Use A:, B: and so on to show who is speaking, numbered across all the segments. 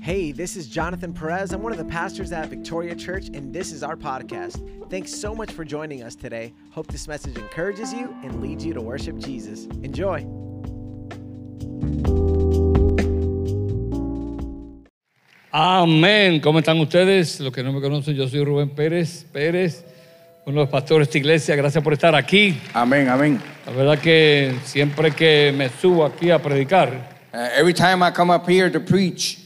A: Hey, this is Jonathan Perez. I'm one of the pastors at Victoria Church, and this is our podcast. Thanks so much for joining us today. Hope this message encourages you and leads you to worship Jesus. Enjoy.
B: Amén. ¿Cómo están ustedes? Los que no me conocen, yo soy Rubén Pérez, Pérez, uno de los pastores de esta iglesia. Gracias por estar aquí.
C: Amen, amen.
B: La verdad que siempre que me subo aquí a predicar,
C: Uh, every time I come up here to preach,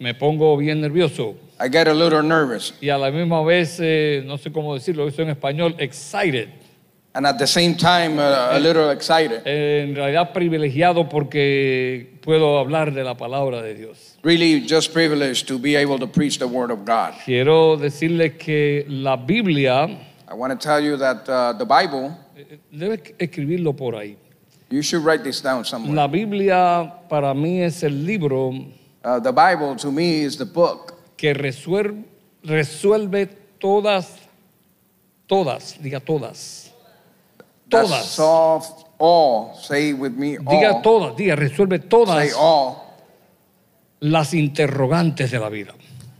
B: me pongo bien nervioso
C: I get a little nervous.
B: y a la misma vez, eh, no sé cómo decirlo, eso en español, excited.
C: And at the same time, uh, a little excited.
B: Eh, En realidad privilegiado porque puedo hablar de la palabra de Dios.
C: Really, just privileged to be able to preach the Word of God.
B: Quiero decirles que la Biblia,
C: I want to tell you that uh, the Bible,
B: eh, debe escribirlo por ahí.
C: you should write this down somewhere.
B: La Biblia para mí es el libro
C: Uh, the Bible, to me, is the book
B: que resuelve, resuelve todas, todas, diga todas,
C: that
B: Todas.
C: solves all. Say with me,
B: diga
C: all.
B: todas, diga resuelve
C: Say
B: todas
C: all.
B: las interrogantes de la vida.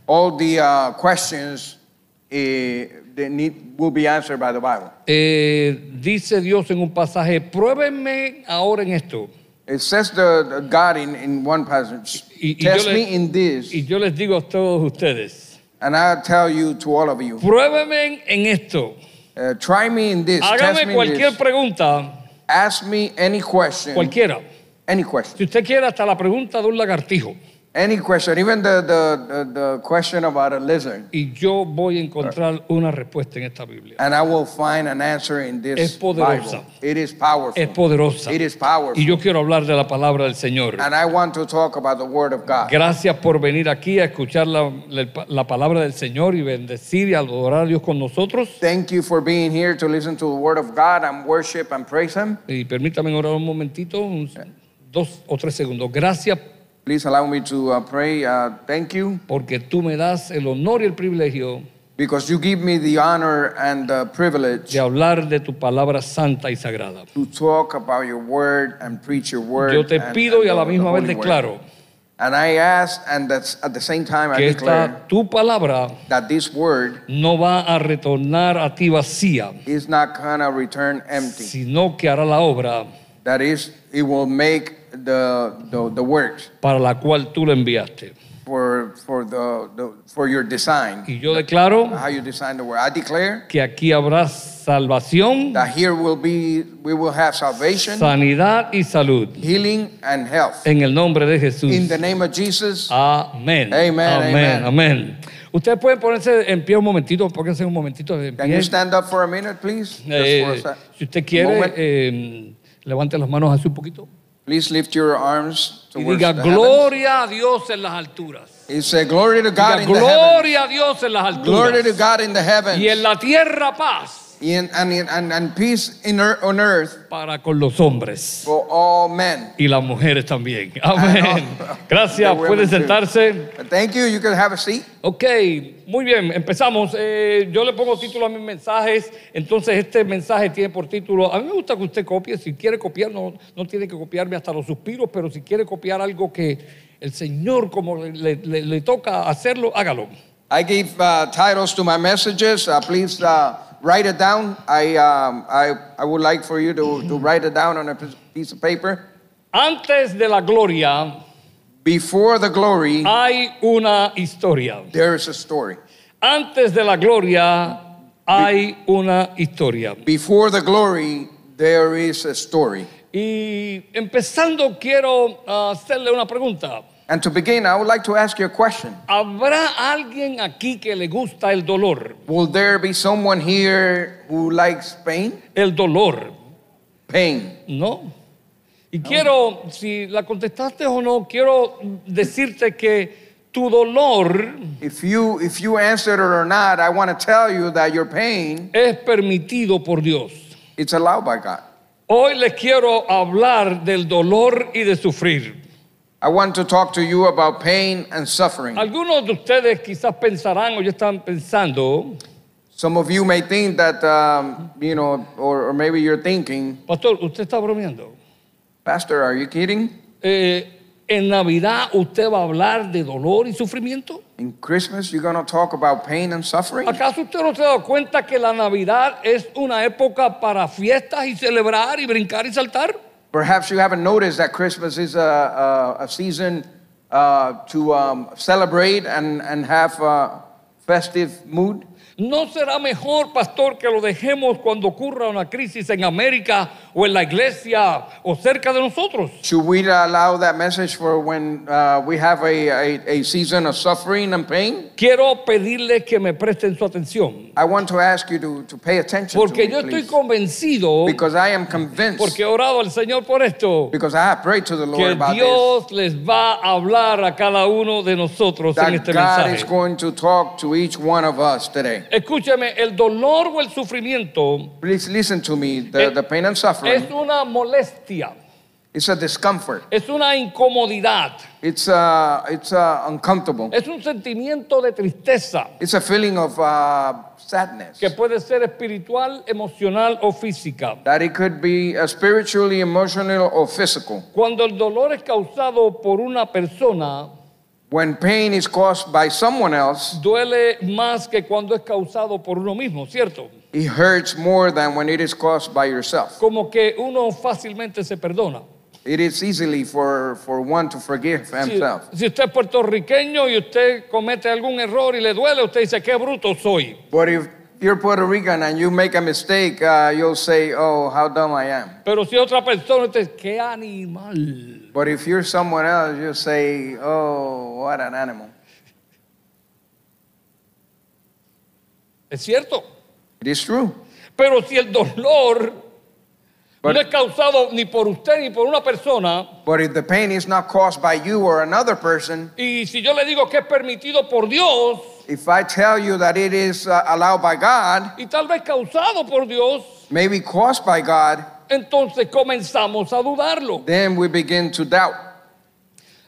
C: All the uh, questions eh, that need, will be answered by the Bible.
B: Eh, dice Dios en un pasaje, pruébenme ahora en esto.
C: It says the, the God in, in one passage,
B: Y- y yo
C: test
B: le-
C: me in this.
B: Y yo les digo a todos ustedes,
C: And I tell you to all of you,
B: pruébenme en esto.
C: uh, try me in this, test
B: Hágame
C: me in
B: cualquier
C: this.
B: pregunta,
C: Ask me any question,
B: cualquiera.
C: any question,
B: Si usted quiere, hasta la pregunta de un lagartijo.
C: any question, even the, the, the, the question about a lizard.
B: Y yo voy a encontrar una respuesta en esta Biblia.
C: And I will find an answer in this
B: Es poderosa.
C: Bible. It is powerful.
B: Es poderosa.
C: It is powerful.
B: Y yo quiero hablar de la palabra del Señor.
C: And I want to talk about the Word of God.
B: Gracias por venir aquí a escuchar la, la- la palabra del Señor y bendecir y adorar a Dios con nosotros.
C: Thank you for being here to listen to the Word of God and worship and praise Him.
B: Y permítame orar un momentito, un- dos o tres segundos. Gracias
C: Please allow me to uh, pray. Uh, thank you
B: porque tú me das el honor y el privilegio
C: because you give me the honor and the privilege
B: de hablar de tu palabra santa y sagrada.
C: to talk about your word and preach your word.
B: Yo te
C: and-
B: pido y a la
C: and the
B: misma vez
C: holy word.
B: declaro
C: And I ask, and that's at the same time I
B: que
C: declare
B: esta tu palabra
C: that this word
B: no va a retornar a ti vacía,
C: is not gonna return empty.
B: sino que hará la obra
C: That is, it will make the the, the work
B: para la cual tú la enviaste.
C: for for the, the for your design,
B: Y yo declaro
C: how you design the word. I declare
B: que aquí habrá salvación,
C: that here will be we will have salvation,
B: sanidad y salud.
C: healing, and health
B: En el nombre de Jesús.
C: in the name of Jesus.
B: Amén.
C: Amen,
B: Amén.
C: amen.
B: Amén. Ustedes pueden ponerse en pie un momentito, pónganse un momentito de
C: Can you
B: pie.
C: stand up for a minute, please? Just
B: Eh,
C: for a sec-
B: si usted
C: a
B: quiere,
C: moment.
B: eh, levante las manos así un poquito
C: Please lift your arms
B: y
C: towards
B: diga
C: the heavens.
B: gloria a Dios en las alturas.
C: It's a glory to God
B: Diga,
C: in the heavens.
B: gloria a Dios en las
C: Glory to
B: alturas.
C: God in the heavens.
B: Y en la tierra paz
C: In- and, in- and, and peace in ear- on earth
B: para con los hombres.
C: for all men.
B: y las mujeres también. Amén. Gracias.
C: The women
B: Pueden
C: too.
B: sentarse.
C: Thank you. You can have a seat.
B: Ok, muy bien, empezamos. Eh, yo le pongo título a mis mensajes, entonces este mensaje tiene por título, a mí me gusta que usted copie, si quiere copiar, no, no tiene que copiarme hasta los suspiros, pero si quiere copiar algo que el Señor como le, le- le- le toca hacerlo, hágalo.
C: I give uh, titles to my messages. Uh, please uh, write it down. I, um, I, I would like for you to, to write it down on a p- piece of paper.
B: Antes de la gloria
C: Before the glory,
B: hay una historia.
C: there is a story.
B: Antes de la gloria hay una historia.
C: Before the glory, there is a story.
B: Y empezando quiero ah, hacerle una pregunta.
C: And to begin, I would like to ask you a question.
B: ¿Habrá alguien aquí que le gusta el dolor?
C: Will there be someone here who likes pain?
B: El dolor,
C: Pain.
B: ¿no? Y quiero, si la contestaste o no, quiero decirte que tu dolor
C: If you if you answered it or not, I want to tell you that your pain
B: es permitido por Dios.
C: it's allowed by God.
B: Hoy les quiero hablar del dolor y de sufrir.
C: I want to talk to you about pain and suffering.
B: Algunos de ustedes quizás pensarán o ya están pensando,
C: Some of you may think that um, you know, or, or maybe you're thinking,
B: Pastor, usted está bromeando.
C: Pastor, are you kidding?
B: Eh, en Navidad usted va a hablar de dolor y sufrimiento?
C: In Christmas, you're going to talk about pain and suffering?
B: ¿Acaso usted no se ha dado cuenta que la Navidad es una época para fiestas y celebrar y brincar y saltar?
C: Perhaps you haven't noticed that Christmas is a, a, a season uh, to um, celebrate and, and have a festive mood.
B: ¿No será mejor, pastor, que lo dejemos cuando ocurra una crisis en América o en la iglesia o cerca de nosotros?
C: Should we allow that message for when uh, we have a, a, a season of suffering and pain?
B: Quiero pedirles que me presten su atención,
C: I want to ask you to, to pay attention to
B: porque
C: me,
B: yo estoy
C: please.
B: convencido,
C: Because I am convinced,
B: porque he orado al Señor por esto,
C: because I have prayed to the Lord
B: que
C: about
B: Dios les va a hablar a cada uno de nosotros
C: this,
B: en
C: that
B: este
C: God is
B: mensaje.
C: going to talk to each one of us today.
B: Escúcheme, el dolor o el sufrimiento
C: Please listen to me. The,
B: Eh,
C: the pain and
B: es
C: suffering,
B: una molestia,
C: it's a discomfort.
B: es una incomodidad,
C: It's uh, it's uh, uncomfortable.
B: es un sentimiento de tristeza.
C: It's a feeling of uh, sadness.
B: que puede ser espiritual, emocional o física.
C: That it could be uh, spiritually, emotional, or physical.
B: Cuando el dolor es causado por una persona,
C: When pain is caused by someone else,
B: duele más que cuando es causado por uno mismo, ¿cierto?
C: it hurts more than when it is caused by yourself.
B: Como que uno fácilmente se perdona.
C: It is easily for, for one to forgive
B: Si,
C: himself.
B: si usted es puertorriqueño y usted comete algún error y le duele, usted dice, qué bruto soy.
C: But if you're Puerto Rican and you make a mistake, uh, you'll say, Oh, how dumb I am.
B: Pero si otra persona, usted dice, qué animal.
C: But if you're someone else, you'll say, Oh, what an animal.
B: Es cierto.
C: It is true.
B: Pero si el dolor
C: Pero-
B: no es causado ni por usted ni por una persona,
C: But if the pain is not caused by you or another person,
B: Y si yo le digo que es permitido por Dios
C: if I tell you that it is uh, allowed by God,
B: y tal vez causado por Dios,
C: maybe caused by God,
B: entonces comenzamos a dudarlo.
C: then we begin to doubt.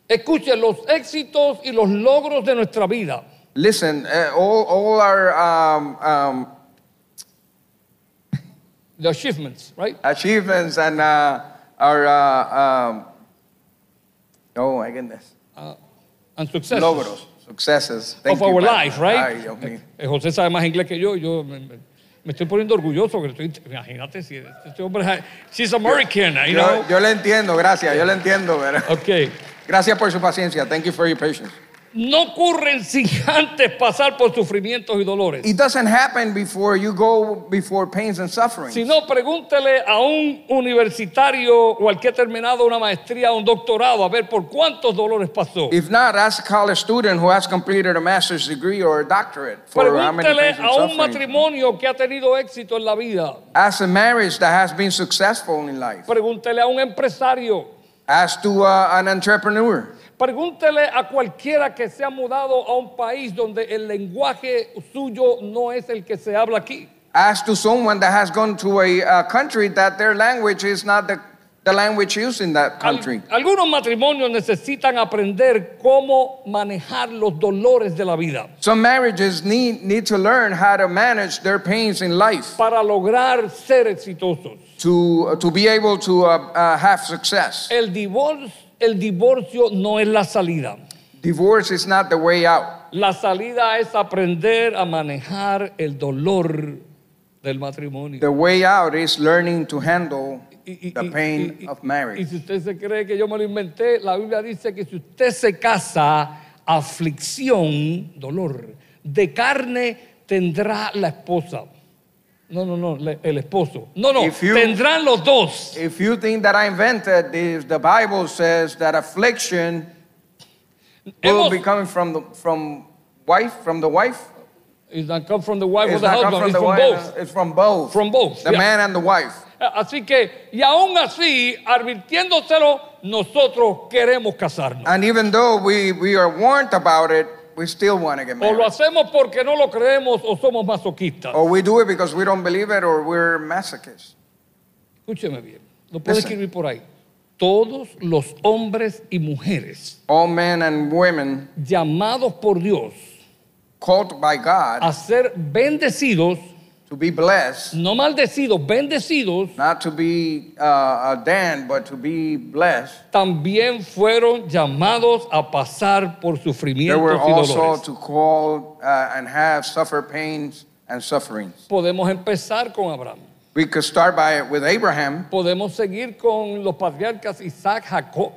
B: Escuchen los éxitos y los logros de nuestra vida.
C: Listen, uh, all, all our um, um,
B: The achievements, right?
C: achievements and uh, our, uh, um, oh my goodness,
B: Uh, and successes
C: logros, successes.
B: of
C: you,
B: our
C: Pastor.
B: life,
C: Ay,
B: right?
C: Dios mío.
B: Eh, José sabe más inglés que yo. y Yo me, me- me estoy poniendo orgulloso. Que estoy, imagínate si este hombre. She's American, you know.
C: Yo, yo le entiendo, gracias, yo le entiendo, pero-
B: Okay.
C: Gracias por su paciencia. Thank you for your patience.
B: No ocurren sin antes pasar por sufrimientos y dolores.
C: It doesn't happen before you go before pains and suffering.
B: Si no, pregúntele a un universitario o al que ha terminado una maestría o un doctorado a ver por cuántos dolores pasó.
C: If not, ask a college student who has completed a master's degree or a doctorate for how many
B: Pregúntele
C: pains and
B: a un
C: suffering.
B: matrimonio que ha tenido éxito en la vida.
C: Ask a marriage that has been successful in life.
B: Pregúntele a un empresario.
C: Ask to uh, an entrepreneur.
B: Pregúntele a cualquiera que se ha mudado a un país donde el lenguaje suyo no es el que se habla aquí.
C: Ask to someone that has gone to a uh, country that their language is not the, the language used in that
B: Al-
C: country.
B: algunos matrimonios necesitan aprender cómo manejar los dolores de la vida
C: Some marriages need, need to learn how to manage their pains in life
B: para lograr ser exitosos.
C: to, to be able to uh, uh, have success.
B: El divorcio, el divorcio no es la salida.
C: Divorce is not the way out.
B: La salida es aprender a manejar el dolor del matrimonio.
C: The way out is learning to handle
B: Y- y-
C: the
B: y-
C: pain
B: y- y-
C: of marriage.
B: Y si usted se cree que yo me lo inventé, la Biblia dice que si usted se casa, aflicción, dolor, de carne tendrá la esposa. No, no, no, le- el esposo. No, no,
C: If you-
B: tendrán los dos.
C: If you think that I invented this, the Bible says that affliction will
B: Hemos-
C: be coming from the from wife, from the wife.
B: It's not come from the wife or
C: It's
B: the
C: not
B: husband,
C: come from
B: it's
C: the
B: from
C: wife.
B: both.
C: It's from both.
B: From both,
C: The
B: yeah.
C: man and the wife.
B: Así que, y aún así, advirtiéndoselo, nosotros queremos casarnos.
C: And even though we we are warned about it, we still want to get
B: O lo
C: married.
B: hacemos porque no lo creemos o somos masoquistas.
C: Or we do it because we don't believe it, or we're masochists.
B: Escúcheme bien, lo puede
C: Listen.
B: escribir por ahí. Todos los hombres y mujeres
C: All men and women
B: llamados por Dios Ah.
C: called by God
B: a ser bendecidos
C: to be blessed,
B: no maldecidos, bendecidos,
C: not to be uh, uh, damned, but to be blessed.
B: también fueron llamados a pasar por
C: They
B: sufrimientos
C: were
B: y
C: also
B: dolores.
C: to call uh, and have suffer pains and sufferings.
B: Podemos empezar con Abraham.
C: We could start by with Abraham.
B: Podemos seguir con los patriarcas Isaac, Jacob,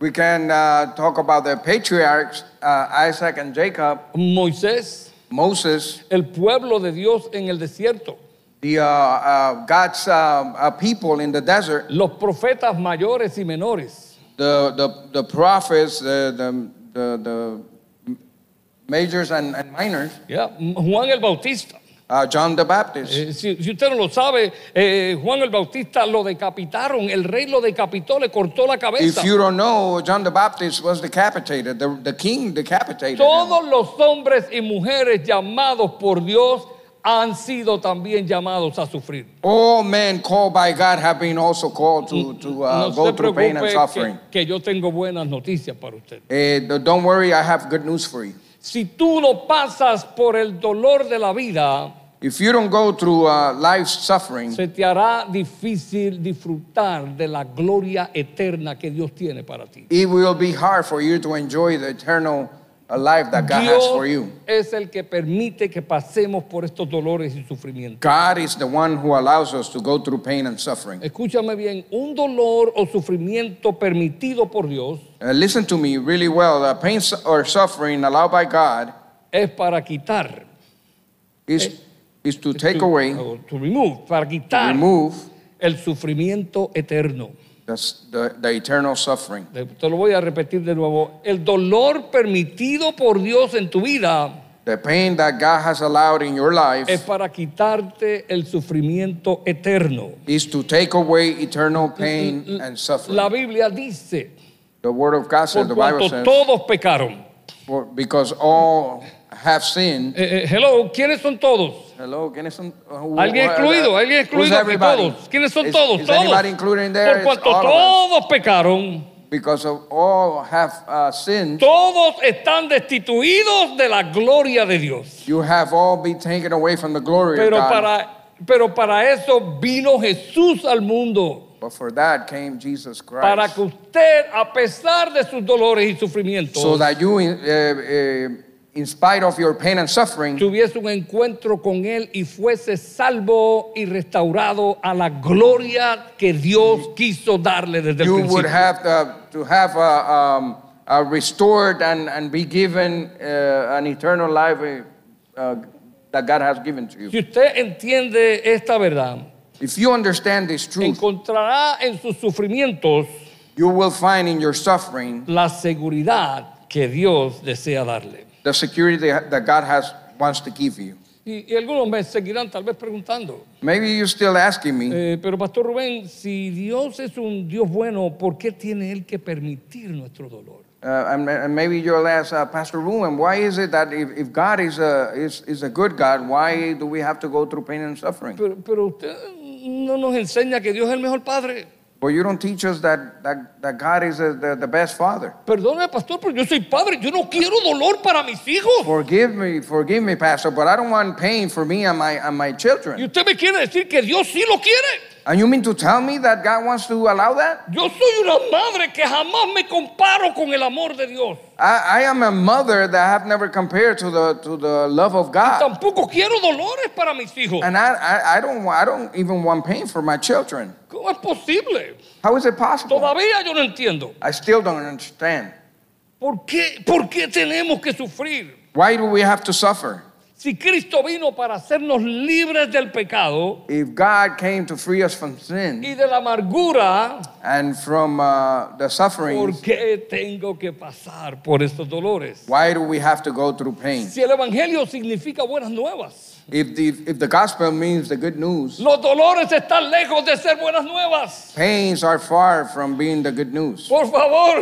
C: We can uh, talk about the patriarchs, uh, Isaac and Jacob,
B: Moisés,
C: Moses,
B: el pueblo de Dios en el desierto,
C: the uh, uh, God's um, uh, people in the desert,
B: los profetas mayores y menores,
C: the, the, the prophets, the, the, the, the majors and, and minors,
B: ¿ya? Juan el Bautista.
C: uh, John the Baptist.
B: Eh, si, si usted no lo sabe, eh, Juan el Bautista lo decapitaron, el rey lo decapitó, le cortó la cabeza.
C: If you don't know, John the Baptist was decapitated, the, the king decapitated. him.
B: Todos los hombres y mujeres llamados por Dios han sido también llamados a sufrir.
C: All men called by God have been also called to, to uh,
B: no
C: go
B: se
C: through pain and
B: preocupe
C: suffering.
B: que, que yo tengo buenas noticias para usted.
C: Eh, don't worry, I have good news for you.
B: Si tú no pasas por el dolor de la vida,
C: If you don't go through uh, life's suffering,
B: se te hará difícil disfrutar de la gloria eterna que Dios tiene para ti.
C: it will be hard for you to enjoy the eternal uh, life that God has for
B: Dios
C: you.
B: es el que permite que pasemos por estos dolores y sufrimientos.
C: God is the one who allows us to go through pain and suffering.
B: Escúchame bien, un dolor o sufrimiento permitido por Dios
C: Uh, listen to me really well. Uh, pain su- or suffering allowed by God
B: es para quitar.
C: is,
B: Eh.
C: is to take
B: to-
C: away,
B: o to remove, para quitar
C: remove
B: Ah. el sufrimiento eterno.
C: the, s- the, the eternal suffering.
B: Te te lo voy a repetir de nuevo. El dolor permitido por Dios en tu vida
C: The pain that God has allowed in your life
B: es para quitarte el sufrimiento eterno.
C: is to take away eternal
B: Mm,
C: pain and
B: La
C: suffering.
B: Biblia dice,
C: The Word of God says,
B: por
C: the Bible
B: cuanto
C: says,
B: todos pecaron.
C: for- because all have sinned.
B: Eh, eh, hello, ¿quiénes son todos?
C: Hello, ¿quiénes son? who-
B: Alguien
C: who-
B: excluido,
C: uh,
B: alguien
C: who's
B: excluido aquí,
C: everybody?
B: todos. ¿Quiénes son
C: Is-
B: todos?
C: is
B: todos.
C: anybody included in there?
B: Por
C: It's
B: cuanto
C: all of us.
B: todos pecaron,
C: Because of all have uh, sinned,
B: todos están destituidos de la gloria de Dios.
C: you have all been taken away from the glory
B: Pero
C: of God.
B: para, pero para eso vino Jesús al mundo,
C: but for that came Jesus
B: para
C: Christ.
B: que usted, a pesar de sus dolores y sufrimientos,
C: so that you, in, uh, uh, in spite of your pain and suffering,
B: tuviese un encuentro con Él y fuese salvo y restaurado a la gloria que Dios quiso darle desde el
C: you would
B: principio.
C: have to, to have uh, um, uh, restored and, and be given uh, an eternal life uh, uh, that God has given to you.
B: Si usted entiende esta verdad,
C: If you understand this truth,
B: encontrará en sus sufrimientos
C: you will find in your suffering
B: la seguridad que Dios desea darle.
C: the security that that God has wants to give you.
B: Y, y algunos me seguirán tal vez preguntando,
C: Maybe you're still asking me,
B: eh, pero Pastor Rubén, si Dios es un Dios bueno, ¿por qué tiene Él que permitir nuestro dolor?
C: uh, and, and maybe you'll ask uh, Pastor Ruben, why is it that if, if God is a, is, is a good God, why do we have to go through pain and suffering?
B: Pero, pero usted no nos enseña que Dios es el mejor Padre.
C: But you don't teach us that, that, that God is a, the, the best Father.
B: Perdóname, Pastor, pero yo soy padre, yo no quiero dolor para mis hijos.
C: Forgive me, forgive me, Pastor, but I don't want pain for me and my, and my
B: Y
C: children.
B: usted me quiere decir que Dios sí lo quiere.
C: And you mean to tell me that God wants to allow that?
B: Yo soy una madre que jamás me comparo con el amor de Dios.
C: I, I am a mother that I have never compared to the, to the love of God.
B: Tampoco quiero dolores para mis hijos.
C: And I, I, I, don't, wa- I don't even want pain for my children.
B: ¿Cómo es posible?
C: How is it possible?
B: Todavía yo no entiendo.
C: I still don't understand.
B: ¿Por qué, ¿Por qué tenemos que sufrir?
C: Why do we have to suffer?
B: Si Cristo vino para hacernos libres del pecado
C: If God came to free us from sin
B: y de la amargura,
C: and from uh, the
B: ¿por
C: sufferings,
B: qué tengo que pasar por estos dolores?
C: why do we have to go through pain?
B: Si el Evangelio significa buenas nuevas,
C: If the, if the gospel means the good news,
B: los dolores están lejos de ser buenas nuevas.
C: pains are far from being the good news.
B: Por favor,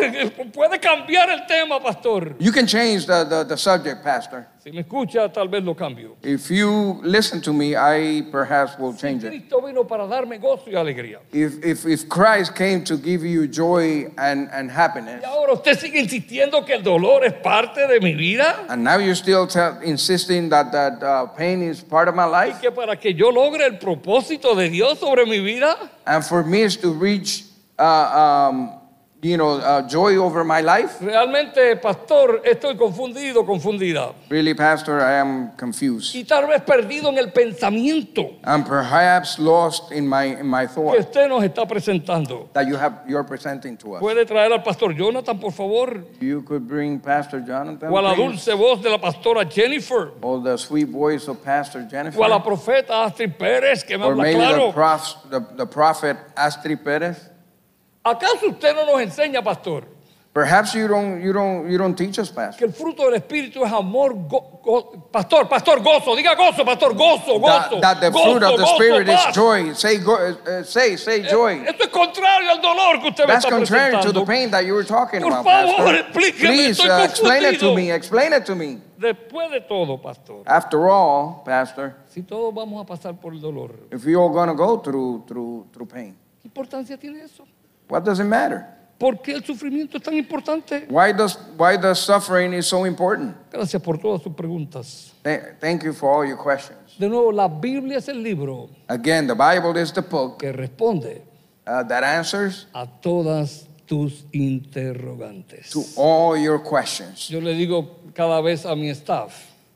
B: puede cambiar el tema, pastor.
C: You can change the, the, the subject, Pastor.
B: Si me escucha, tal vez lo cambio.
C: If you listen to me, I perhaps will change it.
B: Cristo vino para darme gozo y alegría.
C: If, if, if Christ came to give you joy and, and happiness,
B: Y ahora usted sigue insistiendo que el dolor es parte de mi vida
C: and now you're still tell, insisting that, that uh, pain is part of my
B: y
C: life,
B: que para que yo logre el propósito de Dios sobre mi vida,
C: and for me is to reach, uh, um, you know, uh, joy over my life.
B: realmente, pastor, estoy confundido, confundida.
C: Really, Pastor, I am confused.
B: Y tal vez perdido en el pensamiento
C: I'm perhaps lost in my, in my
B: que
C: thought
B: usted nos está presentando.
C: that you have, you're presenting to us.
B: Puede traer al pastor Jonathan, por favor,
C: You could bring Pastor Jonathan,
B: o a la
C: please?
B: dulce voz de la pastora Jennifer,
C: or the sweet voice of Pastor Jennifer.
B: o a la profeta Astrid Pérez, que me
C: Or
B: habla
C: maybe the,
B: claro.
C: prof, the, the prophet Astri Perez.
B: ¿Acaso usted no nos enseña, pastor,
C: Perhaps you don't, you don't, you don't teach us,
B: que
C: Pastor.
B: el fruto del Espíritu es amor, go- go- pastor, pastor, gozo, diga gozo, pastor, gozo, gozo,
C: That, that the
B: gozo,
C: fruit of the
B: gozo,
C: Spirit is
B: paz.
C: joy. Say, go, uh, say, say
B: Eh,
C: joy.
B: Esto es contrario al dolor que usted
C: That's
B: me está
C: contrary to
B: presentando.
C: the pain that you were talking
B: Por
C: about,
B: favor,
C: Pastor.
B: explíqueme,
C: Please
B: estoy
C: uh, explain it to
B: confundido.
C: me. Explain it to me.
B: Después de todo, pastor,
C: After all, Pastor,
B: si todos vamos a pasar por el dolor,
C: if you're all gonna go through through through pain,
B: ¿qué importancia tiene eso?
C: what does it matter?
B: ¿Por qué el sufrimiento es tan importante?
C: Why does why does suffering is so important?
B: Gracias por todas sus preguntas.
C: Th- thank you for all your questions.
B: De nuevo, la Biblia es el libro
C: Again, the Bible is the book
B: que responde
C: uh, that answers
B: a todas tus interrogantes.
C: to all your questions.
B: Yo le digo cada vez a mi staff,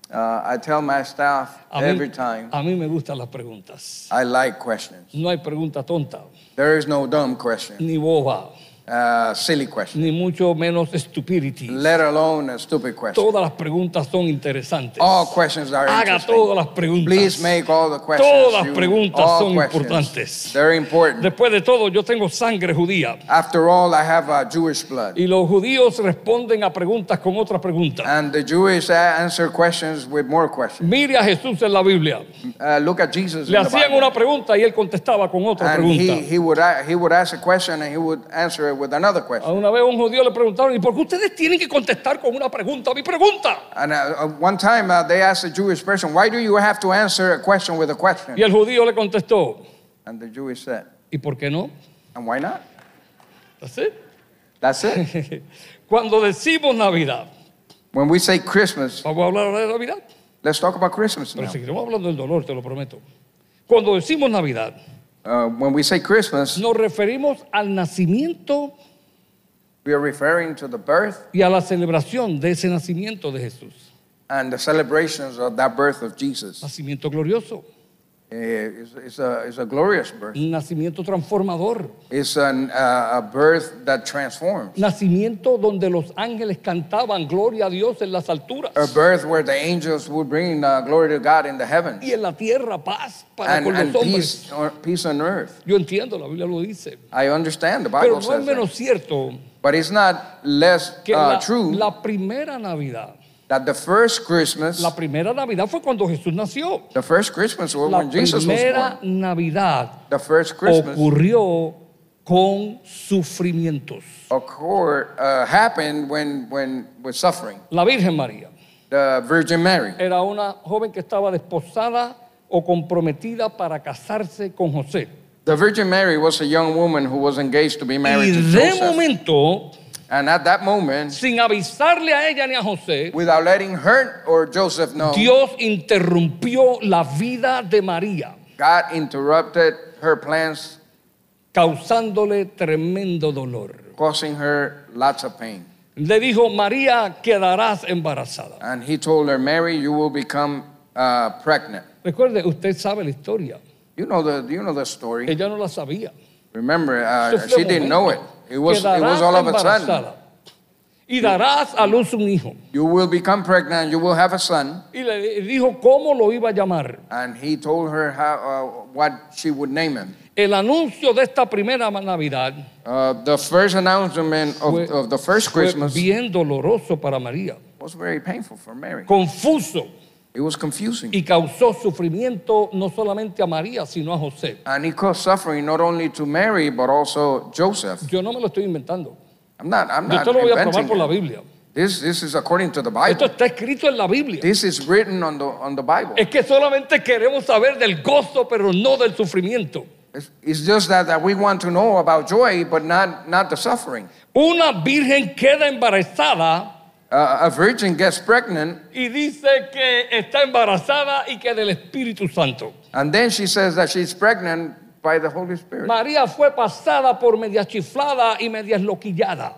C: Uh, I tell my staff
B: a mí,
C: every time
B: a mí me gustan las preguntas.
C: I like questions.
B: No hay pregunta tonta,
C: There is no dumb question,
B: ni boba,
C: uh, silly question,
B: ni mucho menos stupidity.
C: let alone a stupid question.
B: Todas las preguntas son interesantes.
C: All questions are
B: Haga todas
C: Oh, interesting.
B: las preguntas.
C: Please make all the questions.
B: Todas las
C: you-
B: preguntas
C: all
B: son
C: questions.
B: importantes.
C: They're important.
B: Después de todo, yo tengo sangre judía.
C: After all, I have uh, Jewish blood.
B: Y los judíos responden a preguntas con otras preguntas.
C: And the Jewish uh, answer questions with more questions.
B: Mire a Jesús en la Biblia.
C: Uh, look at Jesus.
B: Le
C: in the
B: hacían
C: Bible.
B: una pregunta y él contestaba con otra
C: And he,
B: pregunta.
C: he, would, a- he would ask a question and he would answer it with another
B: A
C: question.
B: una vez a un judío le preguntaron, ¿y por qué ustedes tienen que contestar con una pregunta a mi pregunta?
C: And uh, uh, one time uh, they asked a Jewish person, Why do you have to answer a question with a question?
B: Y el judío le contestó,
C: And the Jewish said,
B: ¿y por qué no?
C: And why not?
B: Así.
C: That's it.
B: Cuando decimos Navidad,
C: when we say Christmas,
B: vamos a hablar ahora de Navidad,
C: let's talk about Christmas
B: pero
C: now.
B: seguiremos hablando del dolor, te lo prometo. Cuando decimos Navidad,
C: Uh, when we say Christmas,
B: nos referimos al nacimiento
C: we are referring to the birth
B: y a la celebración de ese nacimiento de Jesús.
C: and the celebrations of that birth of Jesus. Uh,
B: Nacimiento glorioso,
C: It's, it's a, it's a glorious birth.
B: un nacimiento transformador,
C: It's an, uh, a birth that transforms,
B: nacimiento donde los ángeles cantaban gloria a Dios en las alturas
C: a birth where the angels will bring uh, glory to God in the heavens.
B: y en la tierra paz para
C: and,
B: con
C: and
B: los hombres.
C: peace, or peace on earth.
B: Yo entiendo, la Biblia lo dice,
C: I understand the
B: pero
C: Bible
B: no es
C: says
B: menos
C: that.
B: cierto
C: But it's not less
B: que
C: uh,
B: la,
C: true
B: la primera Navidad,
C: that the first Christmas,
B: la primera Navidad fue cuando Jesús nació.
C: the first Christmas was
B: La
C: when Jesus was
B: primera
C: born.
B: Navidad
C: The first Christmas
B: ocurrió con sufrimientos.
C: occur, uh, happened when, when with suffering.
B: La Virgen María
C: The Virgin Mary
B: era una joven que estaba desposada o comprometida para casarse con José.
C: The Virgin Mary was a young woman who was engaged to be
B: Y
C: married to
B: de
C: Joseph.
B: momento,
C: and at that moment,
B: sin avisarle a ella ni a José,
C: without letting her or Joseph know,
B: Dios interrumpió la vida de María,
C: God interrupted her plans,
B: causándole tremendo dolor.
C: causing her lots of pain.
B: Le dijo, María, quedarás embarazada.
C: And he told her, Mary, you will become uh, pregnant.
B: Recuerde, usted sabe la historia.
C: You know the you know the story.
B: Ella no la sabía.
C: Remember,
B: Eso
C: uh,
B: Eh, fue
C: she
B: momento.
C: didn't know it. It was it was
B: Quedarás
C: all of a sudden.
B: embarazada. Y darás a luz un hijo.
C: You will become pregnant. You will have a son.
B: Y le dijo cómo lo iba a llamar.
C: And he told her how uh, what she would name him.
B: El anuncio de esta primera Navidad
C: Uh, the first announcement of,
B: Fue-
C: of the first
B: fue
C: Christmas
B: bien doloroso para María,
C: was very painful for Mary.
B: confuso
C: It was confusing,
B: y causó sufrimiento no solamente a María, sino a José.
C: and it caused suffering not only to Mary but also Joseph.
B: Yo no me lo estoy inventando.
C: I'm not. I'm
B: Yo
C: not
B: te lo voy a probar
C: inventing.
B: por la
C: it.
B: Biblia.
C: This, this is according to the
B: Esto Eh.
C: Bible.
B: está escrito en la Biblia.
C: This is written on the, on the Bible.
B: Es que solamente queremos saber del gozo, pero no del sufrimiento.
C: It's, it's just that, that we want to know about joy, but not, not the suffering.
B: Una virgen queda embarazada
C: Uh, a virgin gets pregnant,
B: y dice que está embarazada y que del Espíritu Santo.
C: and then she says that she's pregnant by the Holy Spirit.
B: María fue pasada por media chiflada y media esloquillada.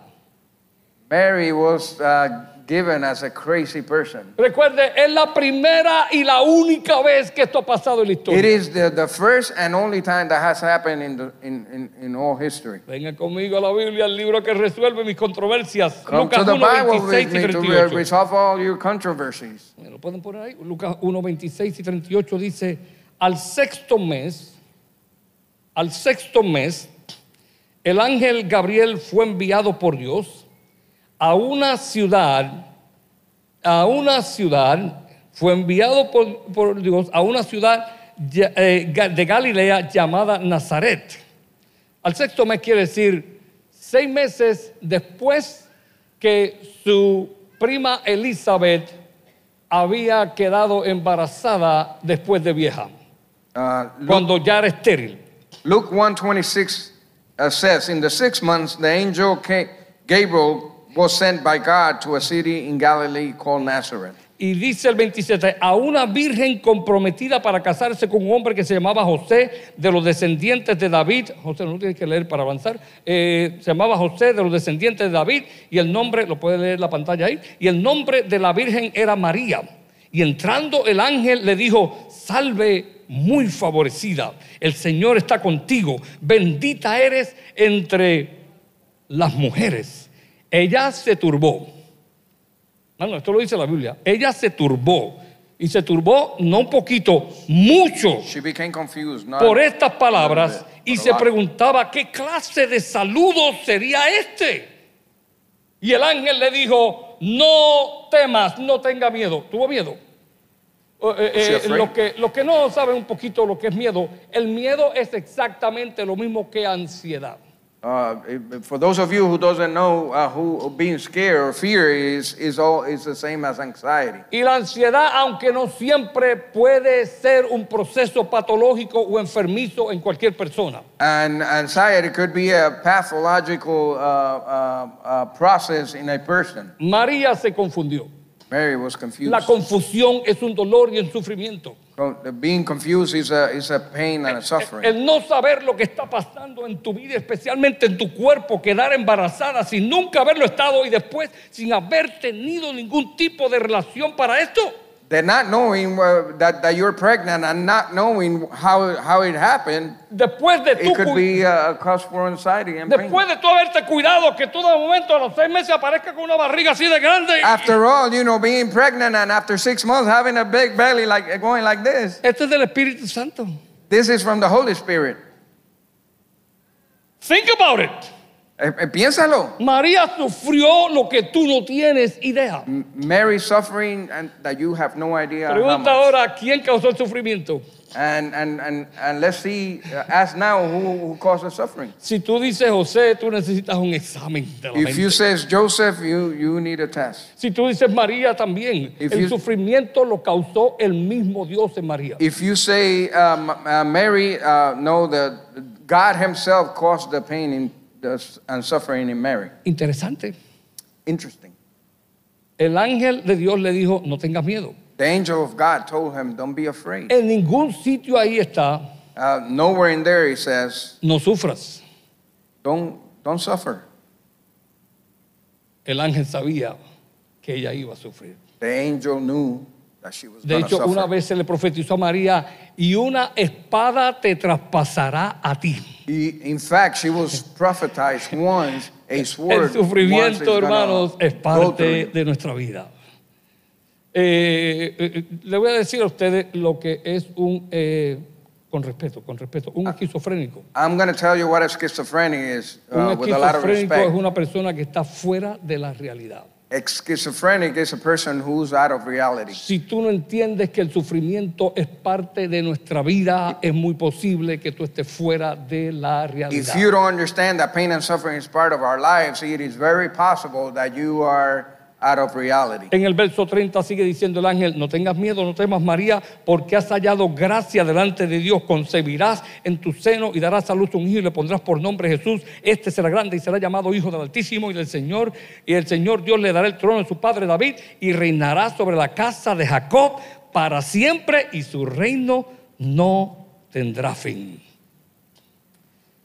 C: Mary was uh, given as a crazy person.
B: Recuerde, es la primera y la única vez que esto ha pasado en la
C: It
B: historia.
C: is the, the first and only time that has happened in, the, in, in, in all history.
B: Venga conmigo a la Biblia, el libro que resuelve mis controversias.
C: Come
B: Lucas
C: to the
B: 1,
C: Bible
B: 26
C: with
B: y
C: me to re-
B: 38.
C: resolve all your controversies.
B: ¿Me Eh, lo pueden poner ahí? Lucas 1, 26 y 38 dice, al sexto mes, al sexto mes, el ángel Gabriel fue enviado por Dios a una ciudad, a una ciudad, fue enviado por, por Dios a una ciudad ya- eh, ga- de Galilea llamada Nazaret. Al sexto mes quiere decir seis meses después que su prima Elizabeth había quedado embarazada después de vieja,
C: Uh, Luke,
B: cuando ya era estéril.
C: Luke 1.26 uh, says, In the six months, the angel Ca- Gabriel was sent by God to a city in Galilee called Nazareth.
B: Y dice el 27, a una virgen comprometida para casarse con un hombre que se llamaba José, de los descendientes de David. José, no tienes que leer para avanzar. Eh, se llamaba José, de los descendientes de David. Y el nombre, lo puede leer la pantalla ahí. Y el nombre de la virgen era María. Y entrando el ángel le dijo, salve muy favorecida. El Señor está contigo. Bendita eres entre las mujeres. Ella se turbó. Ah, No, no, esto lo dice la Biblia. Ella se turbó. Y se turbó no un poquito, mucho
C: She became confused. Not,
B: por estas palabras y se
C: Claro.
B: preguntaba qué clase de saludo sería este. Y el ángel le dijo, no temas, no tenga miedo. ¿Tuvo miedo? Eh, eh,
C: Sí,
B: eh,
C: afraid.
B: los, que, los que no saben un poquito lo que es miedo, el miedo es exactamente lo mismo que ansiedad.
C: Uh, it- for those of you who doesn't know uh, who being scared or fear is, is all is the same as anxiety.
B: Y la ansiedad, aunque no siempre puede ser un proceso patológico o enfermizo en cualquier persona,
C: And anxiety could be a pathological uh, uh, uh, process in a person.
B: María se confundió.
C: Mary was confused.
B: La confusión es un dolor y un sufrimiento.
C: So, Being confused is a, is a pain and a suffering.
B: El no saber lo que está pasando en tu vida, especialmente en tu cuerpo, quedar embarazada sin nunca haberlo estado y después sin haber tenido ningún tipo de relación para esto.
C: They're not knowing uh, that, that you're pregnant and not knowing how, how it happened,
B: Después de tu
C: it could
B: cu-
C: be a, a cause for anxiety and pain.
B: Después de tú haberte cuidado, que tú de momento a los seis meses aparezca con una barriga así de grande.
C: After all, you know, being pregnant and after six months having a big belly like going like this,
B: Esto Este es del Espíritu Santo.
C: this is from the Holy Spirit.
B: Think about it.
C: Eh, eh, Piénsalo.
B: María sufrió lo que tú no tienes idea.
C: M- Mary suffering and that you have no idea. how
B: Pregunta
C: much.
B: ahora quién causó el sufrimiento.
C: And, and, and, and let's see, uh, ask now who, who caused the suffering.
B: Si tú dices José, tú necesitas un examen de la
C: If you
B: mente.
C: says Joseph, you, you need a test.
B: Si tú dices María también,
C: If
B: el
C: you-
B: sufrimiento lo causó el mismo Dios en María.
C: If you say um, uh, Mary, uh, no, the, God Himself caused the pain in the, s- and suffering in Mary.
B: Interesante.
C: Interesting.
B: El ángel de Dios le dijo, no tengas miedo.
C: The angel of God told him, "Don't be afraid."
B: En ningún sitio ahí está,
C: Uh, nowhere in there he says,
B: no sufras.
C: "Don't don't suffer."
B: El ángel sabía que ella iba a sufrir.
C: The angel knew that she was
B: De
C: going to
B: hecho, una
C: suffer.
B: vez se le profetizó a María, y una espada te traspasará a ti.
C: He, in fact, she was prophetized once a sword.
B: El
C: once is
B: sufrimiento,
C: gonna
B: hermanos, es
C: go
B: parte
C: through you.
B: de nuestra vida. Eh, eh, eh, le voy a decir a ustedes lo que es un, eh, con respeto, con respeto,
C: Ah.
B: un esquizofrénico.
C: I'm going to tell you what a schizophrenic is uh,
B: un
C: with a lot of
B: esquizofrénico es
C: respect.
B: una persona que está fuera de la realidad.
C: A schizophrenic is a person who's out of reality.
B: Si tú no entiendes que el sufrimiento es parte de nuestra vida, es muy posible que tú estés fuera de la realidad.
C: If you don't understand that pain and suffering is part of our lives, it is very possible that you are out of reality.
B: En el verso 30 sigue diciendo el ángel, no tengas miedo, no temas María, porque has hallado gracia delante de Dios, concebirás en tu seno y darás a luz un hijo y le pondrás por nombre Jesús, este será grande y será llamado Hijo del Altísimo y del Señor, y el Señor Dios le dará el trono de su padre David y reinará sobre la casa de Jacob para siempre y su reino no tendrá fin.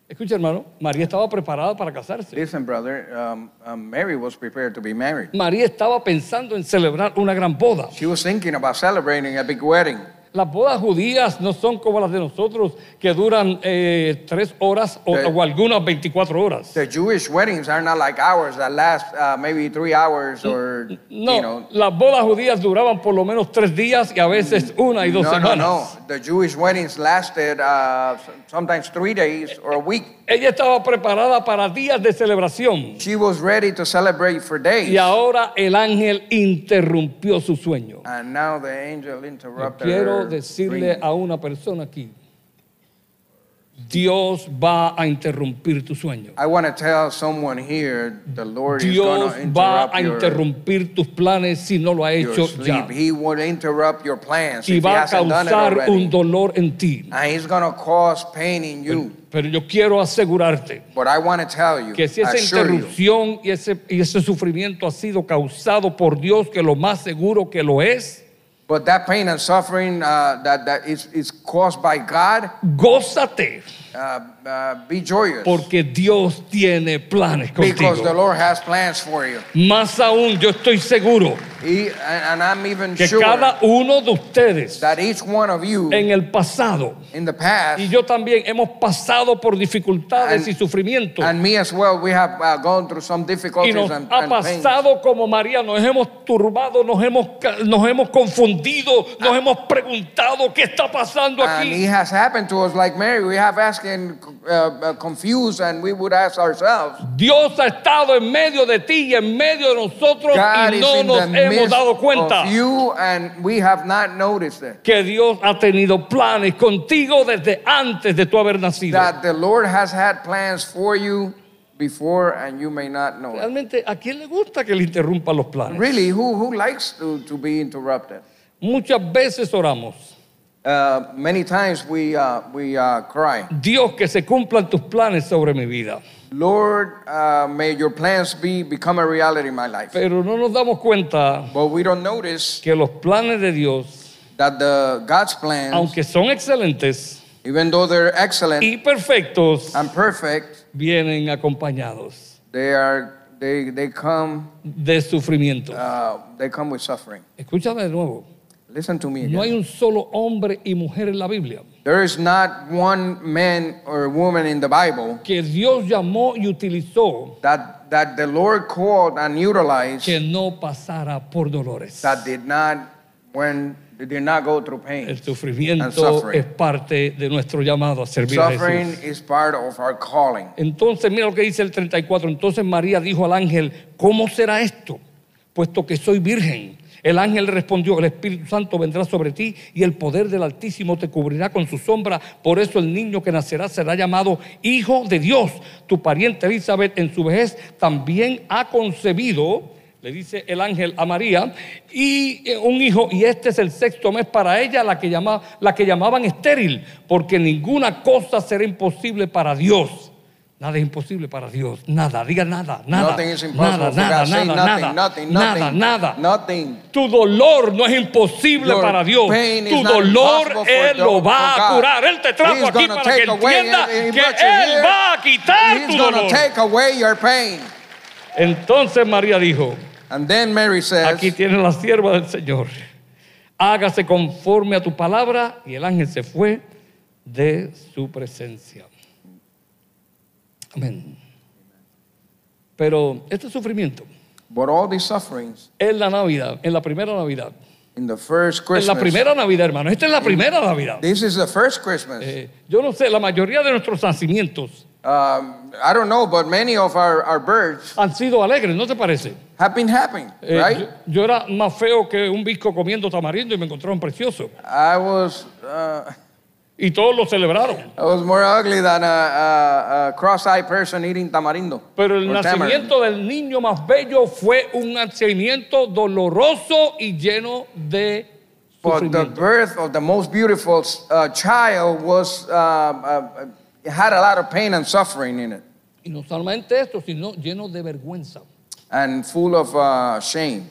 B: Escucha hermano, María estaba preparada para casarse.
C: Listen, brother, um, um, Mary was prepared to be married.
B: María estaba pensando en celebrar una gran boda.
C: She was thinking about celebrating a big wedding.
B: Las bodas judías no son como las de nosotros que duran eh, tres horas o,
C: Sí.
B: o algunas 24 horas.
C: The Jewish weddings are not like ours that last uh, maybe three hours or,
B: No,
C: you know.
B: las bodas judías duraban por lo menos tres días y a veces una y dos
C: Mm. No, no,
B: semanas.
C: no. The Jewish weddings lasted uh, sometimes three days or a week.
B: Ella estaba preparada para días de celebración
C: She was ready to celebrate for days.
B: y ahora el ángel interrumpió su sueño.
C: And now the angel interrupted
B: Quiero
C: her.
B: decirle
C: dream.
B: a una persona aquí, Dios va a interrumpir tu sueño.
C: I want to tell someone here the Lord is going
B: Dios
C: to
B: va
C: interrupt
B: a
C: your,
B: interrumpir tus planes si no lo ha
C: your
B: hecho
C: sleep.
B: ya.
C: He will interrupt your plans
B: Y
C: if he
B: va a
C: hasn't done it
B: causar
C: already.
B: un dolor en ti.
C: and he's going to cause pain in you.
B: Pero yo quiero asegurarte
C: But I want to tell you,
B: que si esa
C: assure you,
B: interrupción y ese, y ese sufrimiento ha sido causado por Dios, que lo más seguro que lo es,
C: but that pain and suffering uh, that, that is, is caused by God,
B: gózate,
C: uh, uh, be joyous.
B: porque Dios tiene planes
C: because the
B: contigo.
C: Lord has plans for you.
B: Más aún, yo estoy seguro
C: He, and, and I'm even
B: que
C: sure
B: cada uno de ustedes
C: that each one of you
B: en el pasado
C: in the past
B: y yo también hemos pasado por dificultades
C: And-
B: y sufrimientos.
C: And me as well, we have uh, gone through some
B: Y
C: difficulties
B: nos
C: and,
B: Oh. ha
C: and pains.
B: pasado como María, nos hemos turbado, nos hemos, ca- nos hemos confundido,
C: Ah.
B: nos hemos preguntado qué está pasando
C: And it
B: aquí.
C: has happened to us like Mary. We have asking uh, uh, confused, and we would ask ourselves,
B: Dios ha estado en medio de ti y en medio de nosotros
C: God
B: y
C: is
B: no
C: in the
B: nos hemos
C: midst
B: dado cuenta
C: of you, and we have not noticed it.
B: que Dios ha tenido planes contigo desde antes de tu haber nacido.
C: That the Lord has had plans for you before, and you may not know it.
B: Realmente, ¿a quién le gusta que le interrumpan los planes?
C: Really, who, who likes to, to be interrupted?
B: Muchas veces oramos.
C: Uh, many times we, uh, we uh, cry,
B: Dios, que se cumplan tus planes sobre mi vida.
C: Lord, uh, may your plans be become a reality in my life.
B: Pero no nos damos cuenta
C: But we don't notice
B: que los planes de Dios,
C: that the God's plans,
B: aunque son excelentes
C: even though they're excellent
B: y perfectos,
C: and perfect,
B: vienen acompañados
C: they are they they come
B: de sufrimiento.
C: uh, they come with suffering.
B: Escúchame de nuevo.
C: Listen to me
B: No
C: again.
B: hay un solo hombre y mujer en la Biblia
C: There is not one man or woman in the Bible
B: que Dios llamó y utilizó
C: that that the Lord called and utilized
B: que no pasara por dolores.
C: that did not when they did not go through pain.
B: El sufrimiento
C: suffering.
B: es parte de nuestro llamado a servir a
C: Suffering
B: Jesús.
C: is part of our calling.
B: Entonces, mira lo que dice el 34. Entonces María dijo al ángel, ¿cómo será esto? Puesto que soy virgen. El ángel le respondió, el Espíritu Santo vendrá sobre ti y el poder del Altísimo te cubrirá con su sombra. Por eso el niño que nacerá será llamado Hijo de Dios. Tu pariente Elizabeth en su vejez también ha concebido le dice el ángel a María, y eh, un hijo, y este es el sexto mes para ella, la que, llama- la que llamaban estéril, porque ninguna cosa será imposible para Dios. Nada es imposible para Dios, nada, diga nada, nada,
C: nothing is impossible
B: nada,
C: for
B: nada,
C: God. Say
B: nada,
C: nothing,
B: nada,
C: nothing,
B: nada,
C: nothing,
B: nada.
C: nothing.
B: Tu dolor no es imposible
C: Your
B: para Dios.
C: pain is
B: Tu
C: not
B: dolor
C: impossible for
B: Él lo
C: God.
B: va a
C: For God.
B: curar. Él te trajo
C: He's
B: aquí
C: gonna
B: para que
C: take away
B: entienda
C: and- and
B: que
C: brought you
B: Él
C: here.
B: va a quitar tu
C: He's gonna
B: dolor.
C: take away your pain.
B: Entonces María dijo,
C: And then Mary says,
B: Aquí tienes la sierva del Señor. Hágase conforme a tu palabra. Y el ángel se fue de su presencia. Amén. Pero este sufrimiento
C: But all these sufferings
B: en la Navidad, en la primera Navidad,
C: in the first
B: en la
C: Christmas.
B: primera Navidad, hermano, esta es la primera Navidad.
C: This is the first Christmas.
B: Eh, yo no sé, la mayoría de nuestros nacimientos
C: Um, I don't know, but many of our, our birds
B: han sido alegres, ¿no te parece?
C: have been happening,
B: Eh,
C: right?
B: yo, yo era más feo que un bisco comiendo tamarindo y me encontraron precioso.
C: I was, uh,
B: Y todos lo celebraron.
C: I was more ugly than a, a, a cross-eyed person eating tamarindo.
B: Pero el
C: or tamarind.
B: nacimiento del niño más bello fue un nacimiento doloroso y lleno de
C: But the
B: sufrimiento.
C: birth of the most beautiful uh, child was uh, uh, it had a lot of pain and suffering in it,
B: Y no solamente esto, sino lleno de vergüenza.
C: and full of uh, shame.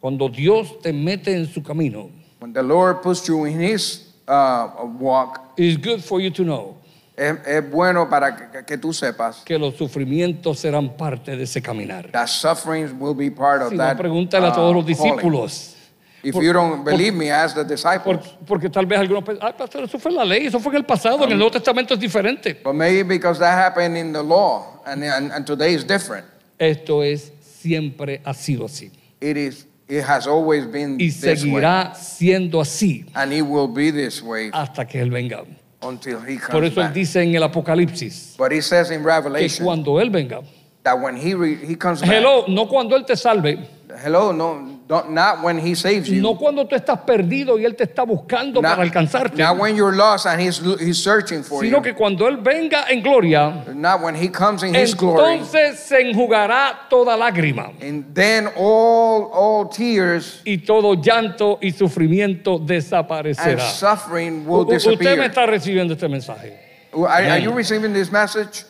B: Cuando Dios te mete en su camino,
C: When the Lord puts you in His uh, walk,
B: it's good for you to know
C: es, es bueno para que, que tú sepas
B: que los sufrimientos serán parte de ese caminar.
C: that sufferings will be part of
B: Si no,
C: that.
B: pregúntale a
C: uh,
B: todos los
C: calling.
B: discípulos.
C: If
B: Por-
C: you don't
B: por-
C: believe me, ask the
B: Por-
C: disciples.
B: porque tal vez algunos piensan, ay, pastor, eso fue en la ley, eso fue en el pasado, en el Nuevo Testamento es diferente.
C: But maybe because that happened in the law, and, and, and today is different.
B: Esto es, siempre ha sido así.
C: It is. It has always been
B: Y
C: this way,
B: seguirá siendo así
C: and it will be this way
B: hasta que Él venga.
C: until He comes
B: Por eso Él
C: back.
B: dice en el Apocalipsis
C: But He says in
B: que
C: Revelation
B: cuando Él venga,
C: that when He re, He comes
B: hello, no cuando Él te salve,
C: back, hello, no, don't, not when He saves you,
B: no cuando tú estás perdido y Él te está buscando
C: not,
B: para alcanzarte,
C: not when you're lost and He's lo- He's searching for
B: sino
C: you,
B: que cuando Él venga en gloria,
C: not when He comes in His glory,
B: entonces se enjugará toda lágrima
C: and then all all tears
B: y todo llanto y sufrimiento
C: and
B: desaparecerá.
C: suffering
B: U-
C: will
B: Usted me
C: disappear.
B: está recibiendo este mensaje.
C: Are, are you receiving this message?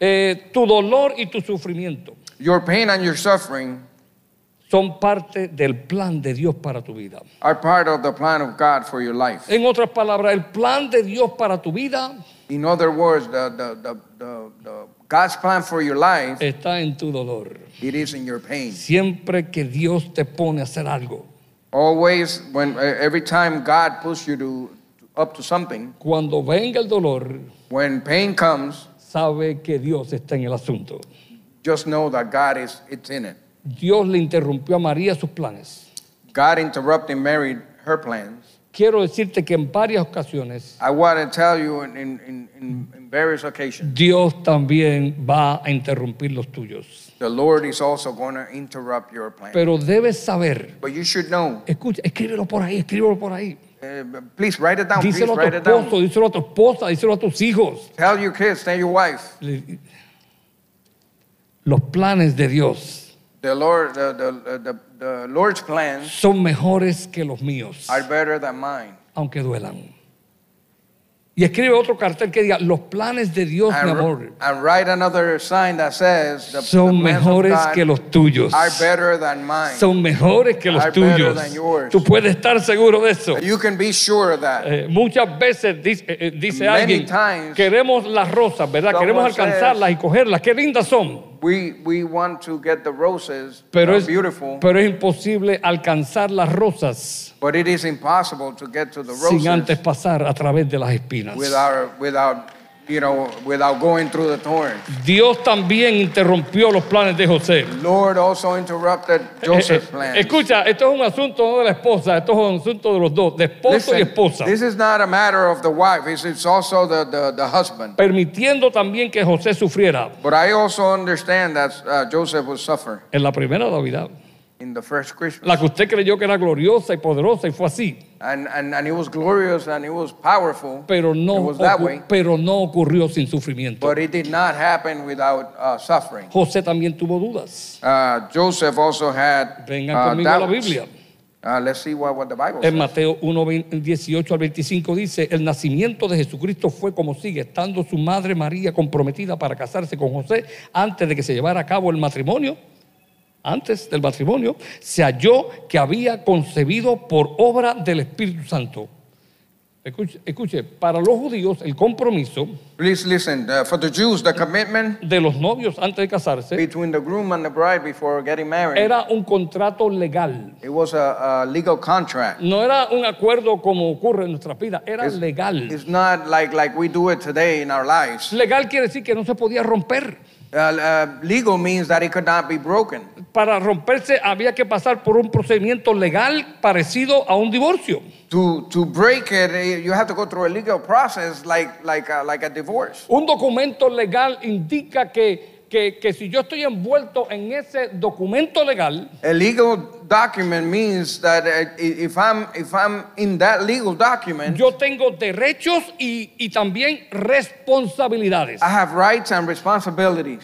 B: Eh, tu dolor y tu sufrimiento
C: Your pain and your suffering
B: son parte del plan de Dios para tu vida.
C: are part of the plan of God for your life.
B: En otras palabras, el plan de Dios para tu vida
C: In other words, the, the, the, the, the God's plan for your life,
B: está en tu dolor.
C: it is in your pain.
B: Siempre que Dios te pone a hacer algo,
C: Always, when every time God puts you to up to something,
B: cuando venga el dolor,
C: when pain comes,
B: sabe que Dios está en el asunto.
C: just know that God is it's in it.
B: Dios le interrumpió a María sus planes.
C: God interrupted Mary her plans.
B: Quiero decirte que en varias ocasiones
C: I want to tell you in, in, in, in- in various occasions,
B: Dios también va a interrumpir los tuyos.
C: the Lord is also going to interrupt your plan.
B: Pero debes saber,
C: But you should know.
B: escucha, escríbelo por ahí, escríbelo por ahí.
C: Uh, please write it down. Please
B: Díselo a
C: write
B: tu
C: it down.
B: esposo, díselo a tu esposa, díselo a tus hijos.
C: Tell your kids, tell your wife.
B: Le- Los planes de Dios
C: The Lord, the, the, the, the Lord's plans
B: son mejores que los míos,
C: are better than mine.
B: aunque duelan. Y escribe otro cartel que diga, los planes de Dios, mi
C: And,
B: amor,
C: and write another sign that says, the,
B: son
C: the plans
B: mejores
C: of God
B: que los tuyos.
C: are better than mine.
B: Son mejores que los
C: Are better
B: tuyos.
C: than yours.
B: Tú puedes estar seguro de eso.
C: you can be sure of that.
B: Eh, muchas veces dice, eh, eh, dice
C: Many
B: alguien,
C: times,
B: queremos las rosas, ¿verdad?
C: someone
B: Queremos alcanzarlas y cogerlas, qué lindas son.
C: We, we want to get the roses,
B: Pero
C: they're
B: es,
C: beautiful,
B: pero es imposible alcanzar las rosas
C: but it is impossible to get to the
B: sin antes
C: roses
B: pasar a través de las espinas.
C: without, without, you know, without going through the thorns.
B: Dios también interrumpió los planes de José.
C: Lord also interrupted
B: Eh, eh,
C: Joseph's plans.
B: escucha, esto es un asunto no de la esposa, esto es un asunto de los dos, de esposo y
C: Listen,
B: esposa.
C: this is not a matter of the wife, it's, it's also the, the, the husband.
B: Permitiendo también que José sufriera
C: But I also understand that uh, Joseph will suffer
B: en la primera Navidad,
C: in the first Christmas.
B: la que usted creyó que era gloriosa y poderosa y fue así.
C: And, and, and it was glorious and it was powerful,
B: pero no,
C: It was that
B: ocu-
C: way.
B: pero no ocurrió sin sufrimiento.
C: but it did not happen without uh, suffering.
B: José también tuvo dudas.
C: Uh, Joseph also had
B: Vengan
C: uh,
B: conmigo a la
C: doubts.
B: Biblia.
C: Uh, let's see what, what the Bible
B: En
C: says.
B: Mateo 1, 20, 18 al 25 dice, el nacimiento de Jesucristo fue como sigue, estando su madre María comprometida para casarse con José antes de que se llevara a cabo el matrimonio, antes del matrimonio, se halló que había concebido por obra del Espíritu Santo. Escuche, escuche, para los judíos el compromiso
C: Please listen. Uh, for the Jews,
B: Eh.
C: the commitment
B: de los novios antes de casarse
C: between the groom and the bride before getting married,
B: Eh. era un contrato legal.
C: it was a, a legal contract.
B: No era un acuerdo como ocurre en nuestra vida, era legal.
C: It's not like, like we do it today in our lives.
B: Legal quiere decir que no se podía romper.
C: Uh, uh, legal means that it could not be broken.
B: Para romperse había que pasar por un procedimiento legal parecido a un divorcio.
C: To, to break it, eh, you have to go through a legal process like, like, a, like a uh, divorce.
B: Un documento legal indica que, que, que si yo estoy envuelto en ese documento legal,
C: A legal document means that uh, i- if I'm if I'm in that legal document,
B: yo tengo derechos y, y también responsabilidades.
C: I have rights and responsibilities.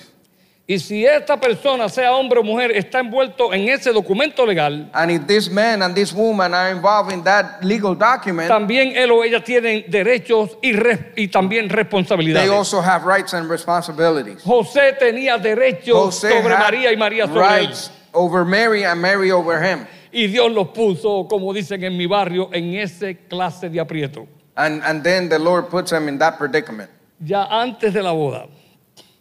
B: Y si esta persona, sea hombre o mujer, está envuelto en ese documento legal,
C: And if this man and this woman are involved in that legal document,
B: también él o ella tienen derechos y, res- y también
C: they
B: responsabilidades.
C: also have rights and responsibilities.
B: José tenía derechos
C: José
B: sobre
C: had
B: María y María sobre él.
C: rights over Mary and Mary over him.
B: Y Dios los puso, como dicen en mi barrio, en ese clase de aprieto.
C: And, and then the Lord puts him in that predicament.
B: Ya antes de la boda,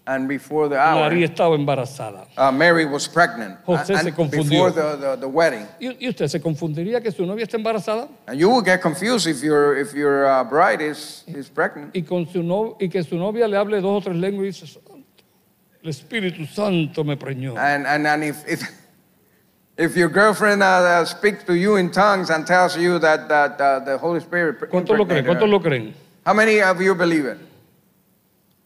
C: And before the hour,
B: María estaba embarazada.
C: uh, Mary was pregnant.
B: José
C: and
B: se confundió.
C: Before the, the, the wedding.
B: ¿Y y usted se confundiría que su novia está embarazada
C: And you will get confused if your, if your uh, bride is, is pregnant.
B: y, con su no- y que su novia le hable dos o tres lenguas y dice, "Santo, el Espíritu Santo me preñó.
C: And, and, and if, if, if your girlfriend uh, uh, speaks to you in tongues and tells you that, that uh, the Holy Spirit.
B: ¿Cuántos lo creen?
C: impregnated her,
B: ¿Cuántos lo creen?
C: How many of you believe it?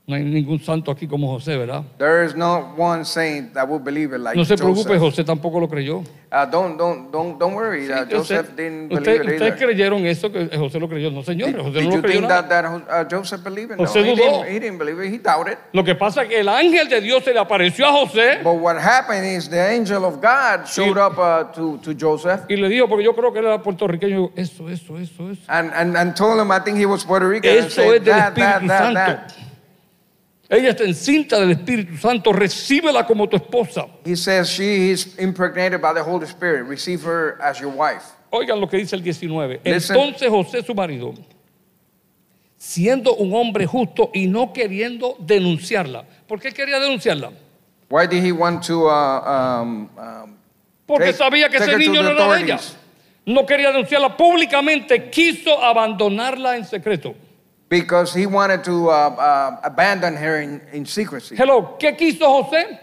B: No hay ningún santo aquí como José, ¿verdad?
C: There is not one saint that will believe it like
B: No se
C: Joseph.
B: preocupe, José tampoco lo creyó.
C: Uh, don't, don't, don't, don't worry. uh,
B: Yo sé,
C: Joseph didn't believe
B: usted-
C: it
B: ustedes
C: either.
B: creyeron eso, que José lo creyó. No, señor,
C: Did,
B: José
C: did
B: no lo
C: you
B: creyó.
C: think
B: nada.
C: that, that uh, Joseph believed it? No,
B: José
C: he
B: dudó.
C: didn't, he didn't believe it. He doubted.
B: Lo que pasa es que el ángel de Dios se le apareció a José
C: But what happened is the angel of God showed up uh, to, to Joseph
B: y le dijo, porque yo creo que él era puertorriqueño. Yo, Eso, eso, eso, eso.
C: and, and, and told him, I think he was Puerto Rican. and
B: Eso
C: said,
B: es del
C: that, that,
B: Espíritu
C: that,
B: Santo.
C: that.
B: Ella está encinta del Espíritu Santo, recíbela como tu esposa.
C: He says, She is impregnated by the Holy Spirit. Receive her as your wife.
B: Oigan lo que dice el 19.
C: Listen.
B: Entonces José, su marido, siendo un hombre justo y no queriendo denunciarla. ¿Por qué quería denunciarla?
C: Why did he want to. Uh, um, um,
B: Porque
C: take-
B: sabía que ese
C: take her to
B: niño
C: the
B: no era de ella.
C: authorities?
B: No quería denunciarla públicamente, quiso abandonarla en secreto.
C: Because he wanted to uh, uh, abandon her in, in secrecy.
B: Hello, ¿qué quiso José?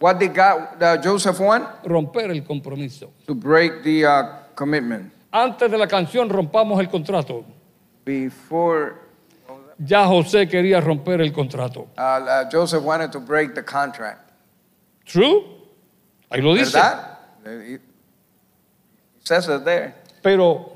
C: What did God, uh, Joseph want?
B: Romper el compromiso.
C: To break the uh, commitment.
B: Antes de la canción rompamos el contrato.
C: Before
B: Ya José quería romper el contrato.
C: uh, uh, Joseph wanted to break the contract.
B: True. Ahí lo dice.
C: ¿Verdad? It Uh, says it there.
B: Pero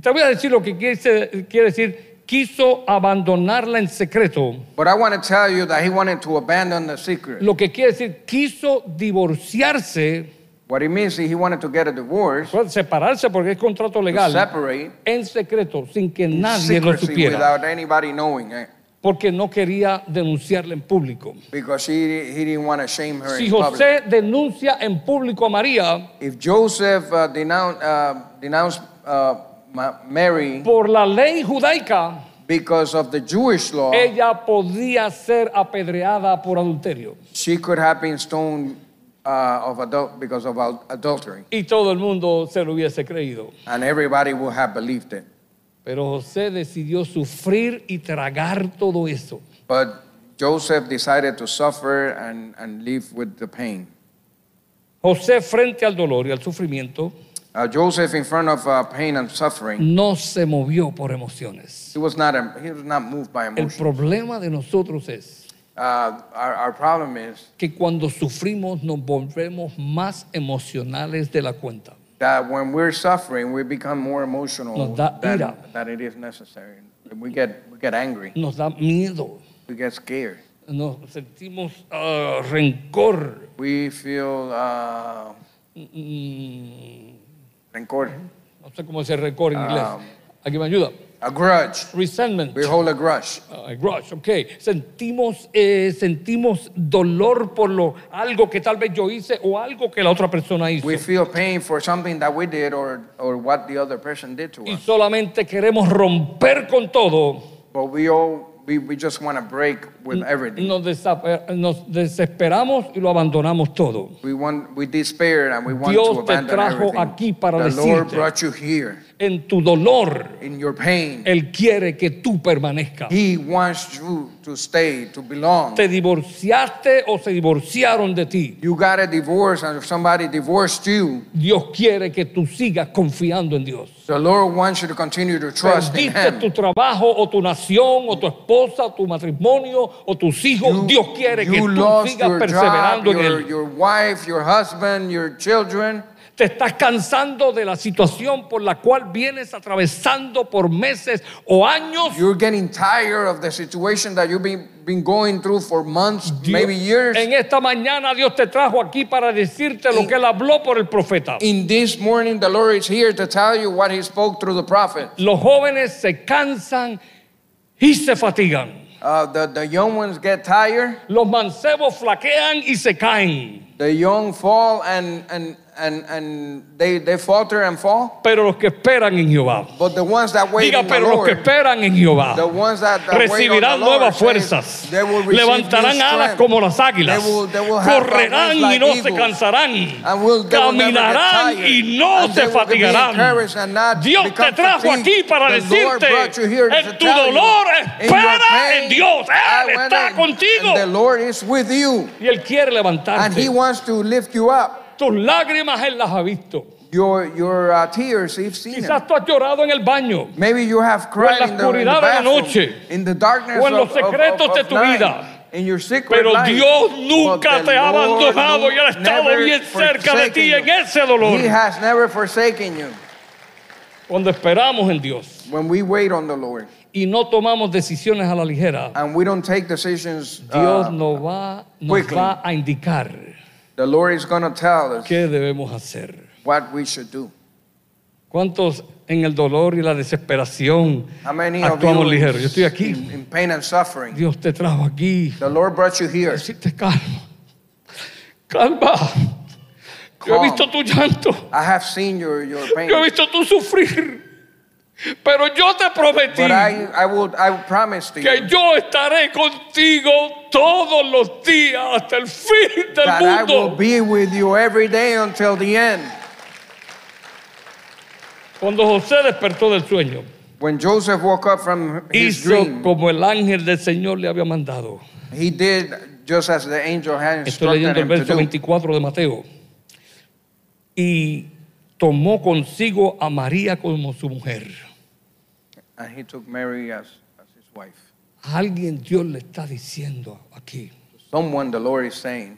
B: te voy a decir lo que quise- quiere decir. Quiso abandonarla en secreto.
C: But I want to tell you that he wanted to abandon the secret.
B: Lo que quiere decir, quiso divorciarse,
C: What it means is he wanted to get a divorce,
B: separarse porque es contrato
C: to
B: legal.
C: separate,
B: en secreto, sin que nadie lo
C: secrecy
B: supiera,
C: without anybody knowing it.
B: porque no quería denunciarla en público.
C: Because he, he didn't want to shame her
B: Si
C: in public.
B: José denuncia en público a María,
C: If Joseph uh, denoun, uh, denounced uh, Ma- Mary
B: por la ley judaica,
C: because of the Jewish law,
B: ella podía ser apedreada por adulterio.
C: she could have been stoned uh, of adult, because of ad- adultery.
B: Y todo el mundo se lo hubiese creído.
C: And everybody would have believed it.
B: Pero José decidió sufrir y tragar todo eso.
C: But Joseph decided to suffer and, and live with the pain.
B: José, frente al dolor y al sufrimiento,
C: Uh, Joseph, in front of uh, pain and suffering,
B: no se movió por emociones.
C: he was not, a, he was not moved by
B: El
C: emotion.
B: problema de nosotros es
C: Uh, our, our problem is
B: que cuando sufrimos nos volvemos más emocionales de la cuenta.
C: that when we're suffering, we become more emotional
B: Nos da
C: than,
B: ira.
C: than it is necessary. We get, we get angry,
B: Nos da miedo,
C: we get scared,
B: nos sentimos ah, rencor,
C: we feel uh,
B: mm,
C: rancor,
B: no sé cómo se rencor en inglés.
C: Ah.
B: Aquí me ayuda.
C: a grudge.
B: Resentment.
C: We hold a grudge.
B: ah, grudge, ok. Sentimos, eh, sentimos dolor por lo, algo que tal vez yo hice o algo que la otra persona hizo.
C: We feel pain for something that we did or, or what the other person did to
B: Y
C: us.
B: solamente queremos romper con todo.
C: But we all, we, we just want to break with everything.
B: Nos, desap- nos desesperamos y lo abandonamos todo.
C: We want, we despaired and we want
B: Dios
C: to
B: te
C: abandon
B: trajo
C: everything.
B: aquí para
C: the Lord
B: decirte.
C: brought you here
B: en tu dolor,
C: in your pain.
B: Él quiere que tú permanezcas.
C: He wants you to stay, to belong.
B: Te divorciaste o se divorciaron de ti.
C: You got a divorce, and if somebody divorced you,
B: Dios quiere que tú sigas confiando en Dios.
C: the Lord wants you to continue to trust in
B: Perdiste tu
C: Him.
B: trabajo o tu nación o tu esposa, o tu matrimonio o tus hijos. Dios quiere que tú
C: you lost
B: sigas
C: your job,
B: perseverando en
C: your,
B: Él.
C: your wife, your husband, your children.
B: Te estás cansando de la situación por la cual vienes atravesando por meses o años.
C: You're getting tired of the situation that you've been, been going through for months,
B: Dios-
C: maybe years.
B: En esta mañana Dios te trajo aquí para decirte lo que Él habló por el profeta.
C: In this morning, the Lord is here to tell you what He spoke through the prophet.
B: Los jóvenes se cansan y se fatigan.
C: Uh, the, the young ones get tired,
B: Los mancebos flaquean y se caen.
C: the young fall, and, and, and, and they, they falter and fall.
B: Pero los que esperan en Jehová.
C: But the ones that wait
B: Diga,
C: on the
B: pero los que
C: Pues Lord,
B: esperan en Jehová
C: the ones that, that wait on
B: recibirán
C: the Lord,
B: nuevas
C: say,
B: fuerzas,
C: they will receive
B: levantarán
C: new
B: alas
C: strength.
B: como las águilas,
C: They will- they will have
B: correrán
C: wings
B: y
C: like
B: no se
C: eagles.
B: cansarán,
C: And will- they will never get
B: caminarán
C: tired.
B: y no
C: And
B: se
C: they will be encouraged and
B: fatigarán.
C: not
B: Dios te
C: become
B: trajo
C: fatigued.
B: aquí para
C: The Lord brought
B: decirte,
C: you here to
B: en tu
C: tell you,
B: dolor
C: in your
B: espera en
C: pain,
B: Dios,
C: I
B: Él
C: went
B: está
C: in, and the
B: contigo.
C: Lord is with you,
B: Y Él quiere
C: and He
B: levantarte.
C: wants to lift you up.
B: Tus lágrimas Él las ha visto.
C: Your, your uh, tears, He's seen them.
B: Quizás tú has llorado en el baño.
C: Maybe you
B: en
C: have
B: la
C: cried in the, in the
B: oscuridad de la
C: bathroom,
B: noche.
C: in the darkness
B: O en los
C: of, of- of-
B: secretos
C: of
B: de tu
C: night,
B: vida.
C: in your secret
B: Pero
C: life.
B: Dios
C: But
B: nunca
C: the
B: te ha
C: Lord
B: abandonado y Él ha estado
C: never
B: bien cerca de ti en
C: forsaken you.
B: ese dolor.
C: He has never forsaken you.
B: Cuando esperamos en Dios
C: When we wait on the Lord
B: y no tomamos decisiones a la ligera,
C: and we don't take decisions,
B: Dios
C: uh,
B: nos va, nos
C: quickly.
B: va a indicar
C: the Lord is going to tell us
B: qué debemos hacer.
C: what we should do.
B: ¿Cuántos en el dolor y la desesperación
C: How many of
B: actuamos
C: you
B: ligero? Yo estoy
C: In,
B: aquí.
C: in pain and suffering?
B: Dios te trajo aquí.
C: The Lord brought you here.
B: Decirte calma. Calma. Yo he
C: Calm.
B: visto tu llanto.
C: I have seen your, your pain.
B: Yo he visto tú sufrir. Pero yo te prometí
C: But I, I will I will promise to you
B: que yo estaré contigo todos los días hasta el fin del
C: that I will
B: mundo.
C: be with you every day until the end.
B: Cuando José despertó del sueño,
C: When Joseph woke up from his
B: hizo
C: dream,
B: como el ángel del Señor le había mandado.
C: he did just as the angel had
B: Estoy
C: instructed
B: leyendo el
C: him to
B: verso
C: do.
B: 24 de Mateo. Y tomó consigo a María como su mujer.
C: And he took Mary as, as his wife.
B: Alguien Dios le está diciendo aquí,
C: Someone, the Lord is saying,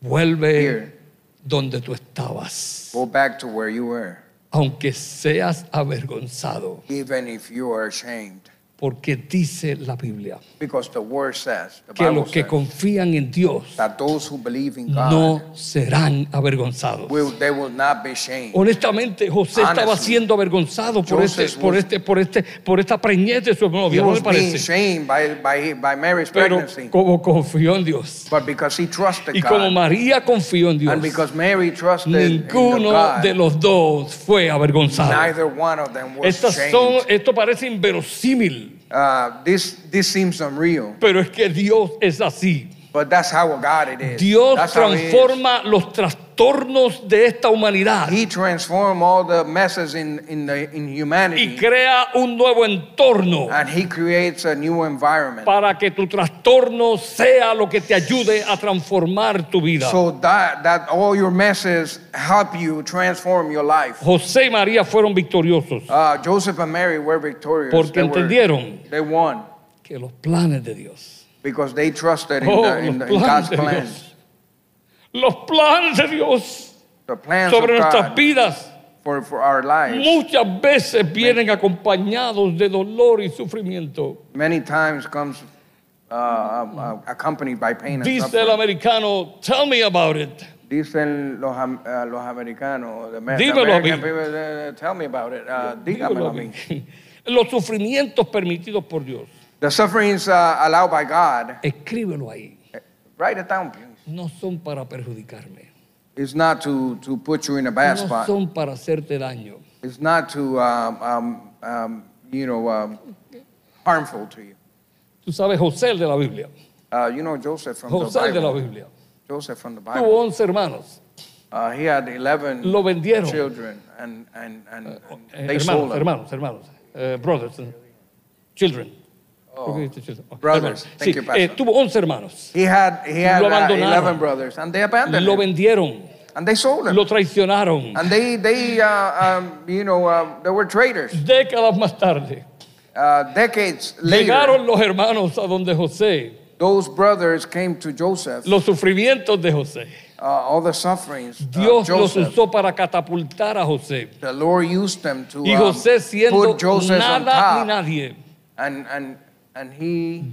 B: vuelve
C: Here.
B: donde tú estabas.
C: go back to where you were,
B: aunque seas avergonzado,
C: even if you are ashamed.
B: porque dice la Biblia
C: Because the word says, the
B: que
C: Bible
B: los que
C: says,
B: confían en Dios
C: that those who believe in God,
B: no serán avergonzados.
C: will, they will not be ashamed.
B: Oh, Honestamente, José estaba
C: Honestly,
B: siendo avergonzado por
C: Joseph
B: este, por
C: was-
B: este, por este, por esta preñez de su
C: He
B: novia, ¿no
C: was
B: le
C: being
B: parece?
C: shamed by, by, by Mary's
B: Pero
C: pregnancy.
B: como confió en Dios
C: But because he trusted
B: y como
C: God,
B: María confió en
C: and
B: Dios,
C: because Mary trusted in the
B: ninguno
C: God,
B: de los dos fue avergonzado.
C: neither one of them was
B: Estas
C: ashamed.
B: son, esto parece inverosímil,
C: Uh, this, this seems unreal,
B: pero es que Dios es así.
C: but that's how God it is.
B: Dios
C: that's how He is.
B: transforma los trastornos de esta humanidad
C: He transformed all the messes in, in, the, in
B: y
C: humanity
B: crea un nuevo entorno
C: and he creates a new environment.
B: para que tu trastorno sea lo que te ayude a transformar tu vida.
C: So that, that all your messes help you transform your life.
B: José y María fueron victoriosos
C: Uh, Joseph and Mary were victorious.
B: porque
C: they, were-
B: entendieron
C: they won
B: que los planes de Dios,
C: because they trusted in,
B: oh,
C: the, in,
B: los
C: the- in God's
B: planes de
C: plans.
B: Dios, los planes de Dios
C: The plans
B: sobre
C: of
B: nuestras
C: God
B: vidas
C: for, for our lives.
B: muchas veces vienen acompañados de dolor y sufrimiento.
C: Many times comes uh, uh, accompanied by pain and
B: Dice el
C: suffering.
B: americano, tell me about it.
C: Dicen los, am- uh, los americanos, the, Amer- the
B: Dímelo a
C: American
B: mí.
C: people, uh, tell me about it. Uh, dígamelo a mí.
B: Los sufrimientos permitidos por Dios.
C: The sufferings uh, allowed by God,
B: Escríbelo ahí.
C: eh, write it down, please.
B: No son para perjudicarme.
C: It's not to, to put you in a bad
B: No
C: spot.
B: son para hacerte daño.
C: It's not to, um, um, um, you know, um, harmful to you.
B: Tú sabes, José el de la Biblia.
C: Uh, you know Joseph from the
B: José el de la
C: Bible.
B: Biblia.
C: Joseph from the Bible.
B: Tuvo 11 hermanos.
C: Uh, he had 11
B: Lo vendieron.
C: children, and, and, and, and
B: Eh,
C: they sold
B: hermanos,
C: them.
B: hermanos, hermanos, eh, brothers, eh, children. ¿Por qué dijiste children? Oh,
C: brothers.
B: hermanos.
C: Thank
B: Sí,
C: you, Pastor.
B: eh, tuvo 11 hermanos.
C: He had, he had
B: Lo
C: uh,
B: abandonaron.
C: 11 brothers, and they abandoned
B: Lo
C: him.
B: vendieron,
C: And they sold him.
B: lo traicionaron.
C: And they, they uh, um, you know, uh, they were traitors.
B: Décadas más tarde,
C: Uh, decades later,
B: llegaron los hermanos a donde José,
C: those brothers came to Joseph.
B: los sufrimientos de José.
C: uh, all the sufferings of
B: Dios los
C: Joseph.
B: usó para catapultar a José.
C: The Lord used them to
B: Y
C: um,
B: José siendo
C: put Joseph on
B: nada
C: top.
B: ni nadie.
C: And, and, and he,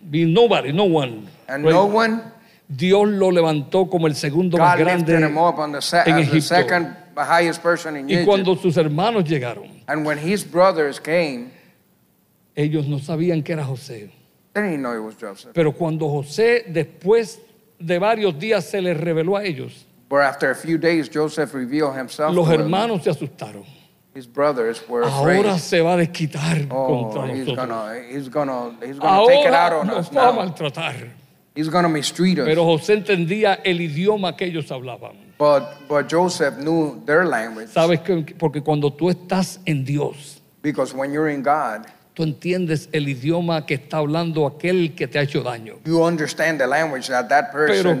B: Be nobody, no one.
C: and
B: Right.
C: no one,
B: Dios lo levantó como el segundo
C: God
B: más
C: lifted him
B: grande.
C: up on the, se-
B: en
C: as the
B: Egipto.
C: second highest person in
B: Y
C: Egypt.
B: cuando sus hermanos llegaron,
C: and when his brothers came,
B: ellos no sabían que era José.
C: they didn't know it was Joseph.
B: Pero cuando José, después de varios días, se les reveló a ellos,
C: But after a few days, Joseph revealed himself.
B: los
C: to them.
B: hermanos se asustaron.
C: His brothers were afraid.
B: Ahora se va a desquitar
C: Oh,
B: contra
C: he's
B: nosotros.
C: gonna, he's gonna, he's gonna take it out
B: Ahora
C: on us
B: nos va a
C: now.
B: maltratar.
C: He's gonna mistreat us.
B: Pero José entendía el idioma que ellos hablaban.
C: but, but Joseph knew their language
B: ¿Sabes qué? Porque cuando tú estás en Dios,
C: because when you're in God,
B: tú entiendes el idioma que está hablando aquel que te ha hecho daño.
C: you understand the language that that person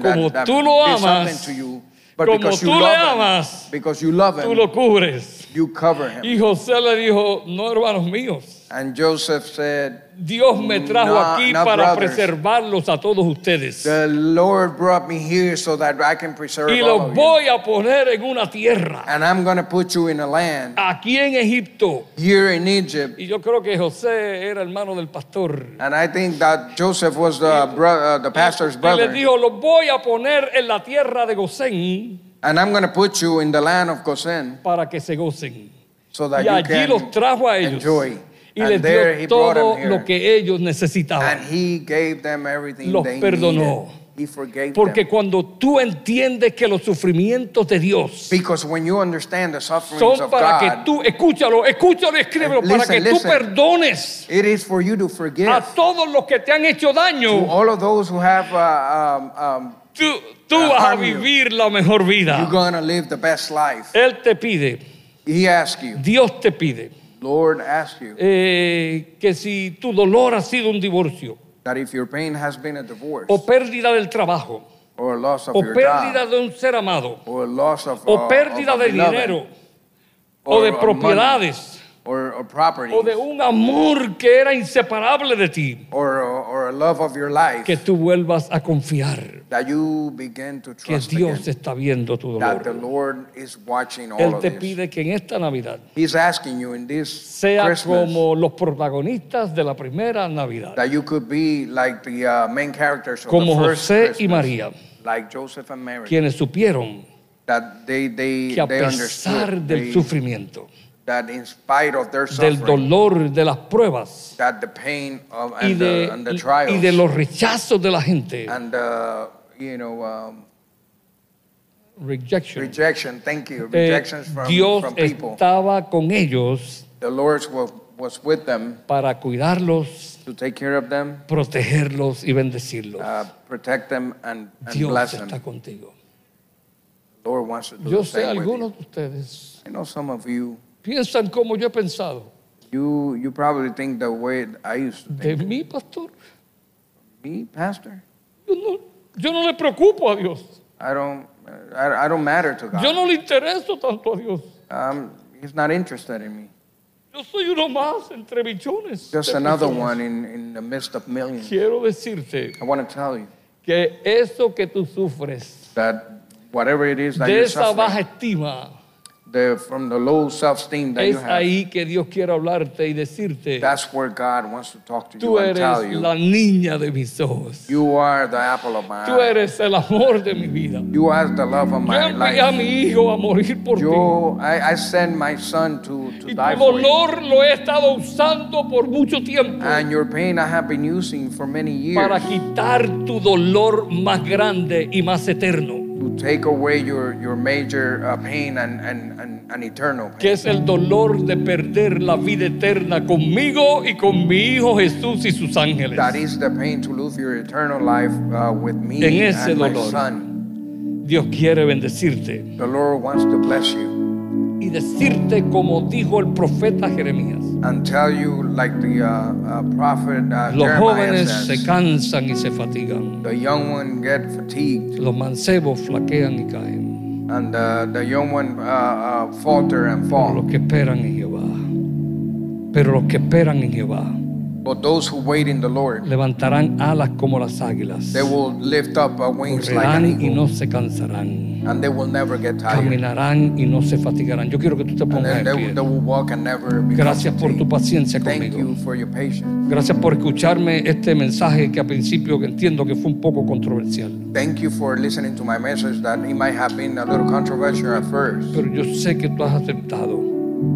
B: Pero como
C: that, that
B: tú lo
C: did something
B: amas,
C: to you, but
B: como
C: because you
B: tú le
C: love
B: amas,
C: him, because you love
B: Tú
C: him,
B: lo cubres.
C: you cover him.
B: Y José le dijo, no hermanos míos,
C: and Joseph said,
B: Dios me trajo
C: No,
B: aquí
C: no,
B: para
C: Mm, brothers.
B: preservarlos a todos ustedes.
C: "The Lord brought me here so that I can preserve
B: Y
C: all
B: los
C: of you,
B: voy a poner en una tierra,
C: and I'm gonna put you in a land
B: aquí en Egipto.
C: here in Egypt."
B: Y yo creo que José era hermano del pastor.
C: And I think that Joseph was the bro- uh, the pastor's
B: Y les
C: brother.
B: dijo, los voy a poner en la tierra de Gosén
C: And I'm going to put you in the land of Goshen
B: para que se gocen.
C: so that
B: Y
C: you
B: allí
C: can
B: los trajo a ellos.
C: enjoy.
B: Y
C: and
B: les
C: there
B: dio
C: he brought
B: todo
C: them here.
B: lo que ellos
C: and
B: necesitaban.
C: he gave them everything
B: Los
C: they
B: perdonó.
C: needed. He forgave
B: Porque
C: them.
B: cuando tú entiendes que los sufrimientos de Dios
C: Because when you understand the sufferings
B: son
C: of
B: para que
C: God,
B: tú, escúchalo, escúchalo y escríbelo,
C: Listen,
B: para que tú
C: listen.
B: perdones
C: it is for you to forgive
B: a todos los que te han hecho
C: to
B: daño,
C: all of those who have, uh, um, um,
B: tú, tú
C: Uh,
B: vas a
C: harm you.
B: vivir la mejor
C: you're
B: vida.
C: going to live the best life.
B: Él te pide,
C: He asked you,
B: Dios te pide,
C: Lord asked you,
B: eh, que si tu dolor ha sido un divorcio,
C: that if your pain has been a divorce
B: o pérdida del trabajo,
C: or loss of
B: o
C: your
B: pérdida
C: job
B: de un ser amado,
C: or loss of, uh,
B: o
C: of
B: pérdida
C: a
B: de
C: beloved,
B: dinero, o de
C: or of
B: propiedades,
C: money, or, or property
B: o de un amor que era inseparable de ti,
C: or, or a love of your life
B: que tú vuelvas a confiar
C: that you begin to
B: que
C: trust
B: Dios
C: again,
B: está viendo tu
C: that the
B: dolor.
C: Lord is watching all
B: Él
C: of
B: te
C: this.
B: pide que en esta Navidad
C: He's asking you in this
B: sea
C: Christmas
B: como los protagonistas de la primera Navidad,
C: that you could be like the uh, main characters of
B: como
C: the first
B: José y
C: Christmas,
B: María,
C: like Joseph and Mary,
B: quienes supieron
C: that they they
B: que a
C: they
B: pesar
C: understood
B: del
C: they-
B: sufrimiento,
C: that in spite of their
B: del
C: suffering,
B: dolor, de las pruebas
C: that the pain of
B: y
C: and,
B: de,
C: the, and the
B: y-
C: trials
B: y de los rechazos de la gente,
C: and uh, you know um,
B: rejection,
C: rejection. Thank you,
B: eh,
C: rejections from
B: Dios
C: from people.
B: estaba con ellos
C: The Lord was, was with them
B: para cuidarlos,
C: to take care of them,
B: protegerlos y bendecirlos.
C: uh, protect them, and, and bless
B: Dios
C: them.
B: está contigo.
C: The Lord wants to do
B: Yo
C: the
B: sé,
C: same with you.
B: algunos de ustedes
C: I know some of you,
B: piensan como yo he pensado.
C: you, you probably think the way I used to think.
B: De mí, pastor,
C: Me, pastor?
B: yo no, yo no le preocupo a Dios.
C: I don't, I, I don't matter to God.
B: Yo no le intereso tanto a Dios.
C: um, he's not interested in me.
B: Yo soy uno más entre millones. de
C: Just another
B: personas.
C: one in, in the midst of millions.
B: Quiero decirte
C: I want to tell you
B: que eso que tú sufres,
C: that whatever it is that
B: de
C: you're
B: esa baja
C: suffering,
B: estima,
C: the, from the low self-esteem that you
B: es
C: have,
B: ahí que Dios quiere hablarte y decirte,
C: that's where God wants to talk to you
B: tú
C: and
B: eres
C: tell you,
B: la niña de mis ojos.
C: you are the apple of my
B: Tú
C: eye.
B: eres el amor de mi vida.
C: You are the love of
B: Yo
C: my
B: envié a
C: life.
B: mi hijo a morir por ti.
C: Yo, I, I send my son to, to
B: Y
C: die
B: tu
C: for you. Ah,
B: dolor lo he estado usando por mucho tiempo
C: And your pain I have been using for many years
B: para quitar tu dolor más grande y más eterno,
C: to take away your, your major uh, pain and, and, and, and eternal pain.
B: que es el dolor de perder la vida eterna conmigo y con mi hijo Jesús y sus ángeles.
C: That is the pain to lose your eternal life uh, with me
B: En ese
C: and my
B: dolor.
C: son.
B: Dios quiere bendecirte
C: The Lord wants to bless you
B: y decirte como dijo el profeta Jeremías.
C: and tell you, like the uh, uh, prophet uh,
B: Los
C: Jeremiah
B: jóvenes se
C: says,
B: cansan y se fatigan.
C: the young one get fatigued
B: Los mancebos flaquean y caen.
C: and uh, the young one uh, uh, falter and
B: Pero
C: fall.
B: los que esperan en Jehová. Pero los que esperan en Jehová
C: But those who wait in the Lord,
B: levantarán alas como las águilas.
C: they will lift up uh, wings like an
B: Correrán y
C: eagle,
B: no se cansarán.
C: and they will never get tired.
B: Caminarán y no se fatigarán. Yo quiero que tú te
C: And
B: pongas
C: they,
B: de
C: they,
B: pie.
C: will- they will walk and never be
B: Gracias por tu paciencia
C: Thank
B: conmigo.
C: you for your patience.
B: Gracias por escucharme este mensaje que al principio entiendo que fue un poco controversial.
C: Thank you for listening to my message that it might have been a little controversial at first,
B: Pero yo sé que tú has aceptado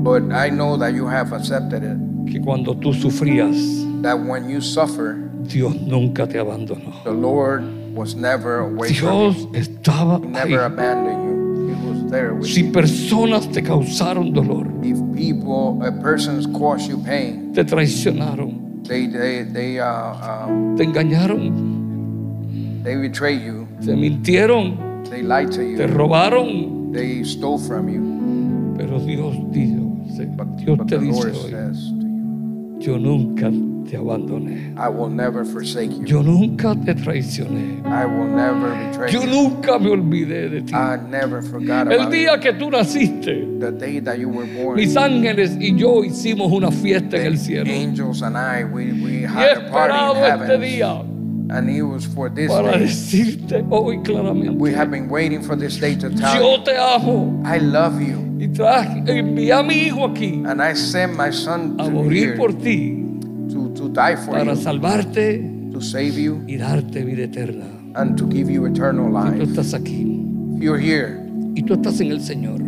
C: but I know that you have accepted it.
B: que cuando tú sufrías,
C: That when you suffer,
B: Dios nunca te abandonó.
C: the Lord was never away from you,
B: Dios estaba
C: He
B: ahí.
C: never abandoned you. He was there with
B: Si personas te causaron dolor,
C: you. If people, a persons cause you pain,
B: te traicionaron,
C: they they they uh, um,
B: te engañaron,
C: they betray you,
B: te mintieron,
C: they lie to
B: te
C: you,
B: robaron,
C: they stole from you.
B: pero Dios dijo,
C: But,
B: Dios
C: but
B: te
C: the
B: dice
C: Lord
B: hoy,
C: says, to you,
B: yo nunca te abandoné,
C: I will never forsake you.
B: yo nunca te traicioné,
C: I will never betray
B: yo
C: you.
B: nunca me olvidé de ti.
C: I never forgot
B: El
C: about you.
B: día que tú naciste,
C: the day that you were born.
B: mis ángeles y yo hicimos una fiesta
C: the
B: en el cielo. Y
C: angels and I, we, we
B: he
C: had a party
B: esperado
C: in
B: este
C: heaven.
B: día
C: And it was for this
B: para
C: day.
B: decirte hoy claramente,
C: We have been waiting for this day to tell you,
B: yo te amo.
C: I love you.
B: y traje, envié a mi hijo aquí
C: And I sent my son
B: a
C: to,
B: morir
C: here
B: por ti
C: to, to die for
B: para
C: you,
B: salvarte
C: to save you,
B: y darte vida eterna.
C: and to give you eternal
B: Tú
C: life.
B: estás aquí
C: If You're here,
B: y tú estás en el Señor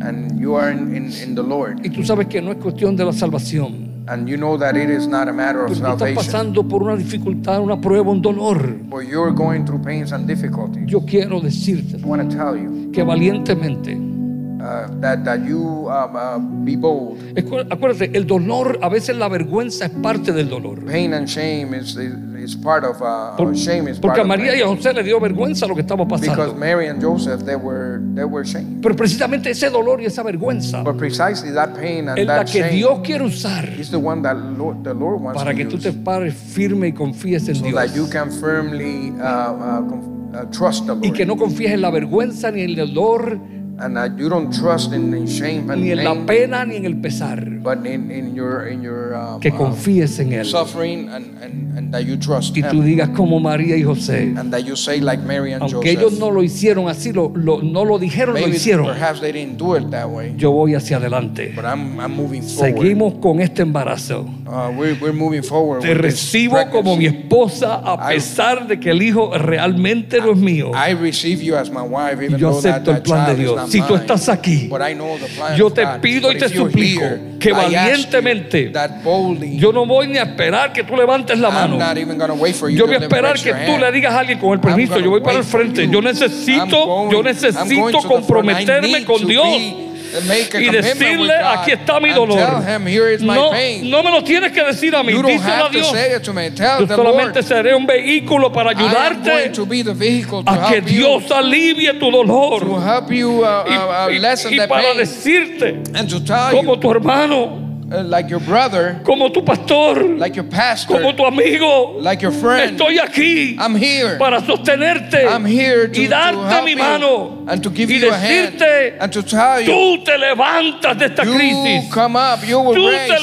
C: and you are in, in, in the Lord.
B: y tú sabes que no es cuestión de la salvación.
C: And you know that it is not a matter
B: Pero
C: of
B: tú estás
C: salvation.
B: pasando por una dificultad, una prueba, un dolor.
C: But you're going through pains and difficulties.
B: Yo quiero decirte
C: I want to tell you
B: que valientemente,
C: uh, that, that you um, uh, be bold.
B: escu- acuérdate, el dolor, a veces la vergüenza es parte del dolor.
C: Pain and shame is, is, is part of uh,
B: Por-
C: shame is part
B: porque a
C: of
B: María y
C: pain.
B: a José le dio vergüenza lo que estaba
C: because
B: pasando.
C: Mary and Joseph they were they were shamed.
B: Pero precisamente ese dolor y esa vergüenza
C: But precisely that pain and
B: es la
C: that
B: que
C: shame
B: Dios quiere usar
C: is the one that Lord, the Lord wants
B: para
C: to
B: que tú
C: use,
B: te pares firme y confíes en
C: so that you
B: Dios
C: can firmly uh, uh, conf- uh, trust the Lord
B: y que no confíes en la vergüenza ni en el dolor
C: and that you don't trust in, in shame and
B: ni en la
C: pain,
B: pena ni en el pesar
C: but in, in your in your um,
B: que
C: um,
B: confíes en él
C: suffering and, and, and that you trust
B: y tú
C: Him
B: digas como María y José
C: and that you say like Mary and
B: aunque
C: Joseph
B: ellos no lo hicieron así lo, lo- no lo dijeron lo
C: maybe
B: hicieron
C: perhaps they didn't do it that way
B: yo voy hacia adelante
C: but I'm, I'm moving forward
B: seguimos con este embarazo
C: Uh, we're, we're moving forward.
B: te
C: with this
B: recibo como mi
C: pregnancy.
B: esposa a
C: I-
B: pesar de que el hijo realmente no es mío
C: I receive you as my wife, even
B: Y yo
C: though that,
B: acepto el
C: that
B: plan de
C: child is
B: Dios.
C: not
B: Si tú
C: mine.
B: estás aquí,
C: But I know the plan
B: yo
C: of
B: te
C: God.
B: pido y
C: But
B: te
C: if you're
B: suplico
C: here,
B: que
C: I ask you
B: valientemente
C: that boldly,
B: yo no voy ni a esperar que tú levantes la
C: I'm
B: mano
C: not even gonna wait for you
B: Yo
C: to
B: voy a
C: lift-
B: esperar
C: raise
B: que
C: your
B: tú
C: hand.
B: le digas a alguien con el permiso,
C: I'm
B: yo voy
C: gonna
B: para el
C: wait for
B: frente,
C: you.
B: yo
C: I'm
B: necesito,
C: going-
B: yo
C: I'm going
B: necesito
C: to the front. I
B: comprometerme
C: need
B: con
C: to
B: Dios
C: be- make a
B: y
C: commitment
B: decirle,
C: with God
B: aquí está mi
C: and
B: dolor.
C: tell him, "Here is my
B: No,
C: pain."
B: no me lo tienes que decir a mí,
C: You don't
B: díselo a
C: have to
B: Dios.
C: say it to me. Tell
B: Yo
C: the
B: solamente
C: Lord,
B: seré un vehículo para
C: I'm going
B: ayudarte
C: to be the vehicle to
B: a que
C: help you,
B: Dios alivie tu
C: to
B: dolor
C: help you
B: y,
C: uh, uh, uh,
B: y-
C: lessen
B: y
C: the
B: para
C: pain
B: decirte
C: and to tell you
B: como tu hermano,
C: Uh, like your brother,
B: como tu pastor,
C: like your pastor,
B: como tu amigo,
C: like your friend.
B: estoy aquí.
C: I'm here.
B: para sostenerte
C: I'm here to,
B: y
C: to
B: darte
C: help
B: mi
C: you
B: mano
C: and to give
B: y
C: you a hand
B: decirte,
C: and to tell you,
B: tú te levantas de esta
C: you
B: crisis
C: come up, you will
B: Tú te
C: rise from this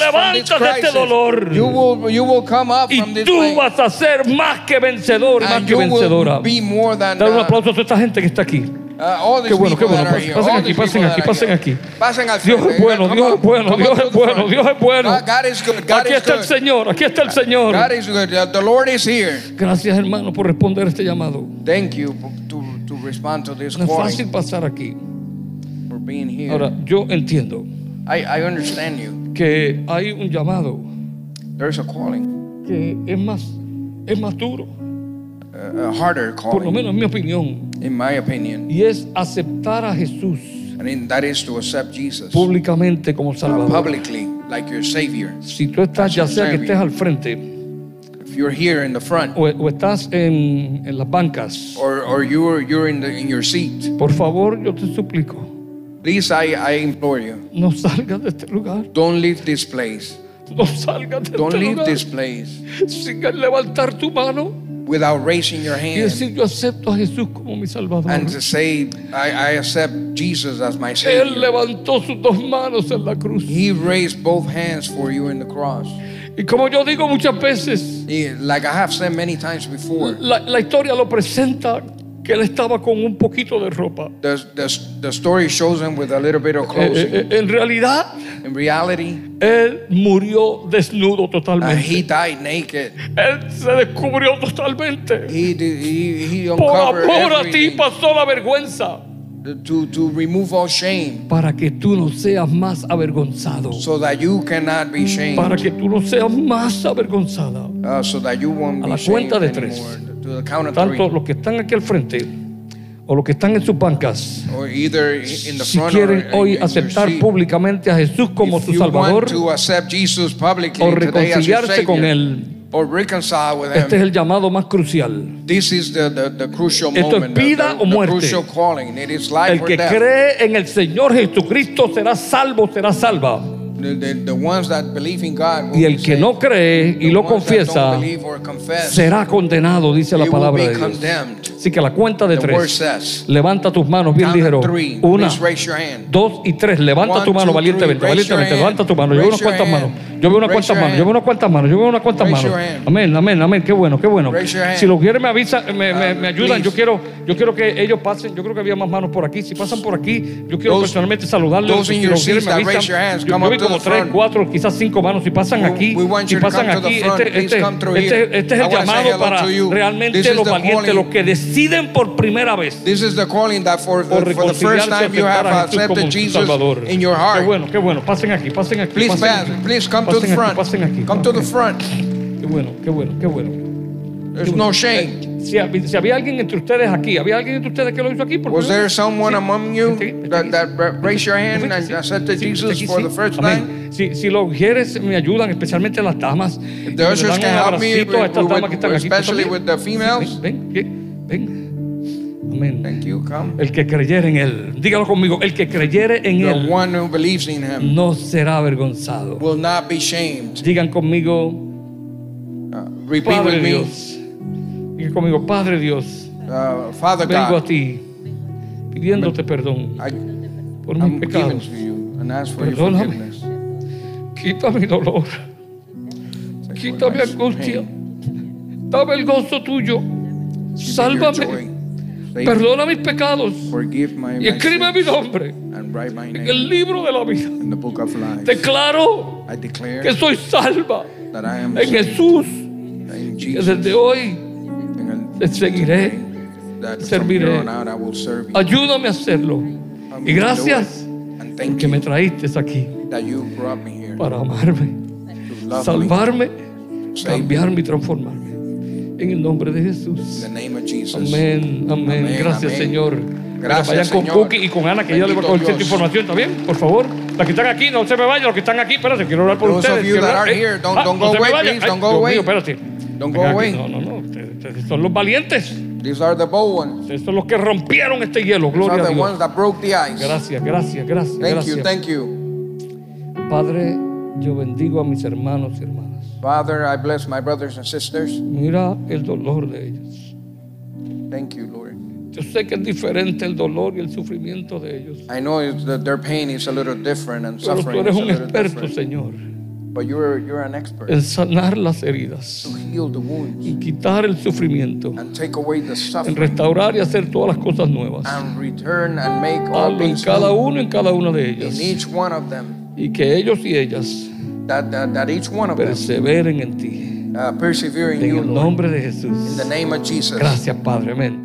B: levantas de este
C: crisis.
B: dolor.
C: You will, you will come up from
B: y
C: this
B: tú
C: place
B: vas a ser más que vencedor, más
C: and
B: que
C: you
B: vencedora.
C: will be more than
B: Dar un
C: uh,
B: aplauso a toda esta gente que está aquí.
C: uh, all these
B: Qué bueno,
C: people
B: qué bueno.
C: that are
B: Pasen-
C: here.
B: pasen
C: all
B: aquí,
C: these
B: pasen
C: people that
B: aquí,
C: are
B: pasen
C: here.
B: aquí.
C: Pasen al
B: Dios es
C: frente.
B: bueno,
C: Come
B: Dios
C: on,
B: es bueno,
C: come on
B: Dios
C: to
B: es
C: the
B: bueno,
C: front.
B: Dios es bueno.
C: God, God is good. God
B: Aquí
C: is
B: está el
C: good.
B: Señor, aquí está el Señor.
C: God is good. Uh, The Lord is here.
B: Gracias hermano por responder este llamado.
C: Thank you to, to respond to this
B: No es
C: calling.
B: fácil pasar aquí.
C: for being here.
B: Ahora, yo entiendo
C: I, I understand you.
B: que hay un llamado
C: There's a calling,
B: que es más, es más duro,
C: a, a harder
B: por lo
C: calling,
B: menos en mi opinión,
C: in my opinion,
B: y es aceptar a Jesús
C: and in, that is to accept Jesus
B: públicamente como
C: uh,
B: Salvador.
C: publicly, like your Savior.
B: Si tú estás, ya sea que estés al frente
C: If you're here in the front
B: o, o estás en, en las bancas,
C: or, or you're, you're in, the, in your seat,
B: por favor, yo te suplico,
C: please, I, I implore you,
B: no salgas de este lugar.
C: don't leave this place.
B: No salgas de
C: Don't
B: este
C: leave
B: lugar
C: this place
B: sin levantar tu mano
C: without raising your
B: y
C: hand
B: decir, yo acepto a Jesús como mi Salvador.
C: and to say, I, I accept Jesus as my
B: Él
C: Savior.
B: levantó sus dos manos en la cruz.
C: He raised both hands for you in the cross.
B: Y como yo digo muchas veces,
C: He- like I have said many times before,
B: La, la historia lo presenta que él estaba con un poquito de ropa.
C: the, the, the story shows him with a little bit of
B: Eh,
C: clothing.
B: eh, eh, en realidad,
C: In reality,
B: él murió desnudo
C: uh, he
B: totalmente.
C: died naked.
B: él se descubrió totalmente.
C: He, did- he, he
B: Por
C: uncovered
B: amor a ti
C: everything
B: pasó la vergüenza.
C: to, to remove all shame
B: Para que tú no seas más avergonzado.
C: so that you cannot be
B: Para
C: shamed,
B: que tú no seas más avergonzada.
C: uh, so that you won't
B: A
C: be
B: la
C: shamed
B: cuenta de tres.
C: anymore. To the count of
B: Tanto
C: three.
B: los que están aquí al frente o los que están en sus bancas.
C: Or either in the
B: Si
C: front or uh,
B: quieren
C: in-
B: hoy
C: in your
B: aceptar
C: seat.
B: públicamente a Jesús como
C: If
B: su
C: you
B: Salvador,
C: want to accept Jesus publicly
B: o
C: today as your
B: reconciliarse con
C: Savior,
B: Él.
C: or reconcile with
B: Este es
C: him.
B: el llamado más crucial.
C: This is the, the, the crucial
B: Esto es
C: moment, the-
B: vida
C: the,
B: o
C: the
B: muerte.
C: crucial calling. It is life
B: El
C: or
B: que
C: death.
B: cree en el Señor Jesucristo será salvo, será salva.
C: The, the, the ones that believe in God will
B: Y
C: be
B: el que
C: saved.
B: no cree y
C: The
B: lo
C: ones that
B: confiesa
C: don't believe or confess,
B: será condenado, dice la
C: they will
B: palabra
C: be
B: de Dios.
C: condemned.
B: Así que a la cuenta de
C: The word
B: tres,
C: says.
B: levanta tus manos bien
C: Count
B: ligero.
C: of three.
B: Una,
C: Please raise your hand.
B: dos y tres. Levanta
C: One,
B: tu mano
C: two,
B: valientemente,
C: three. Raise your
B: valientemente.
C: hand.
B: Levanta tu mano. Yo veo unas
C: Raise your
B: cuantas manos.
C: hand.
B: Yo veo unas
C: Raise
B: cuantas
C: your
B: manos. Yo veo
C: hand.
B: unas cuantas manos. Yo veo unas cuantas
C: Raise
B: manos.
C: your hand.
B: Amén, amén, amén. Qué bueno, qué bueno.
C: Raise your hand.
B: Si los quieren me avisan, me, me-
C: Uh,
B: me ayudan.
C: please.
B: Yo quiero, yo quiero que ellos pasen. Yo creo que había más manos por aquí. Si pasan por aquí, yo quiero
C: Those-
B: personalmente saludarlos.
C: those
B: Si
C: in your
B: los quieren
C: seats
B: me
C: that
B: avisan.
C: raise your hands,
B: Yo-
C: come
B: yo
C: up
B: vi
C: to
B: como
C: the
B: tres,
C: front.
B: cuatro, quizás cinco manos. Si pasan
C: We-
B: aquí,
C: we want
B: si
C: you to
B: pasan
C: come to the
B: aquí,
C: front.
B: este,
C: Please
B: este,
C: come through
B: este-
C: here.
B: este es el
C: I wanna say
B: llamado
C: hello
B: para
C: to you. This
B: realmente
C: is
B: los
C: the
B: valientes,
C: calling.
B: los que deciden por primera vez.
C: This is the calling that for,
B: por
C: for, for the first
B: reconciliarse
C: time you
B: aceptar
C: have
B: a Jesús como
C: accepted
B: su
C: Jesus
B: Salvador.
C: in your
B: Qué
C: heart.
B: bueno, qué bueno. Pasen aquí, pasen aquí.
C: Please
B: pasen
C: pass.
B: aquí.
C: Please come to
B: Pasen
C: the
B: aquí,
C: front.
B: Pasen aquí.
C: Come to the
B: pasen
C: front.
B: aquí. Qué bueno, qué bueno, qué bueno.
C: There's no shame.
B: Si, hab- si había alguien entre ustedes aquí, ¿había alguien entre ustedes que lo hizo aquí? Por
C: Was
B: favor?
C: there someone
B: Sí.
C: among you
B: Este aquí, este aquí,
C: that, that
B: sí.
C: ra- raised your hand and
B: Perfecto, sí.
C: accepted
B: Sí,
C: Jesus
B: este aquí,
C: for
B: sí.
C: the first
B: Amén.
C: time?
B: Si, si los mujeres me ayudan, especialmente las damas, y
C: the ushers can help me,
B: abracito a
C: we-
B: estas
C: we-
B: damas que están aquí. ¿Tú
C: especially
B: también?
C: with the females.
B: Ven, ven, ven. Amén.
C: Thank you. Come.
B: El que creyere en él, dígalo conmigo, el que creyere en
C: The
B: él
C: one who believes in him
B: no será avergonzado.
C: will not be shamed.
B: Digan conmigo,
C: Uh, repeat
B: Padre
C: with me,
B: Dios. Digan conmigo, Padre Dios,
C: uh, Father
B: vengo a
C: God.
B: ti pidiéndote perdón
C: I,
B: por
C: I'm
B: mis
C: giving to
B: pecados.
C: you and ask for your
B: Perdóname.
C: forgiveness.
B: Quita mi dolor, quita mi angustia, dame el gozo tuyo, sálvame,
C: Perdón.
B: perdona mis pecados
C: Forgive my,
B: y
C: my
B: escribe mi
C: sins
B: nombre
C: and write my
B: en
C: name
B: el libro de la vida.
C: in the book of life.
B: Declaro
C: I declare
B: que soy salva
C: that I am
B: en
C: saved
B: Jesús,
C: in
B: que
C: Jesus.
B: desde hoy
C: and
B: te seguiré.
C: That from
B: serviré.
C: here on out I will serve you.
B: Ayúdame a hacerlo.
C: I'm
B: Y gracias
C: Lord, And thank
B: porque
C: you
B: me traíste aquí
C: that you brought me here
B: para amarme,
C: to love me.
B: salvarme,
C: Save me.
B: cambiarme y transformarme. En el nombre de
C: In
B: Jesús.
C: the name of Jesus.
B: Amén, amén.
C: Amén,
B: Gracias,
C: amén.
B: Señor.
C: Gracias,
B: Vayan con
C: Señor.
B: Cookie y con Ana, que ya le voy a
C: Bendito
B: coger esta
C: Dios.
B: información también, por favor. Las que están aquí, no se me vayan. Los que están aquí, espérate, quiero hablar por
C: Those of
B: ustedes.
C: you
B: quiero
C: that
B: hablar-
C: are
B: eh,
C: here, don't-
B: ah,
C: don't
B: no
C: go
B: se me
C: away,
B: vayan.
C: please,
B: Ay,
C: don't go
B: Dios
C: away.
B: mío, espérate.
C: Don't
B: Venga
C: go
B: aquí.
C: away.
B: No, no, no. Ustedes- ustedes Son los valientes.
C: These are the bold ones.
B: Ustedes son los que rompieron este hielo.
C: These
B: Gloria
C: are
B: a
C: the
B: Dios.
C: ones that broke the ice.
B: Gracias, gracias, gracias.
C: Thank
B: gracias.
C: you. Thank you.
B: Padre, yo bendigo a mis hermanos y hermanas.
C: Father, I bless my brothers and sisters.
B: Mira el dolor de ellos.
C: Thank you, Lord.
B: Yo sé que es diferente el dolor y el sufrimiento de ellos.
C: I know it's that their pain is a little different and
B: Pero tú
C: suffering
B: eres
C: is a
B: un
C: little
B: experto,
C: different.
B: Señor,
C: But you're you're an expert
B: en sanar las
C: to
B: heridas,
C: heal the wounds
B: en quitar el sufrimiento,
C: and take away the
B: en
C: suffering
B: restaurar y hacer todas las cosas nuevas.
C: and return and make all
B: Hazlo en
C: things
B: cada
C: new
B: uno, en cada una de
C: in
B: ellas.
C: each one of them.
B: Y que ellos y ellas
C: That that, that each one of them
B: perseveren en ti.
C: uh, persevere in
B: En
C: you,
B: el
C: Lord.
B: nombre de
C: In
B: Jesús.
C: the name of Jesus.
B: Gracias, Padre. Amén.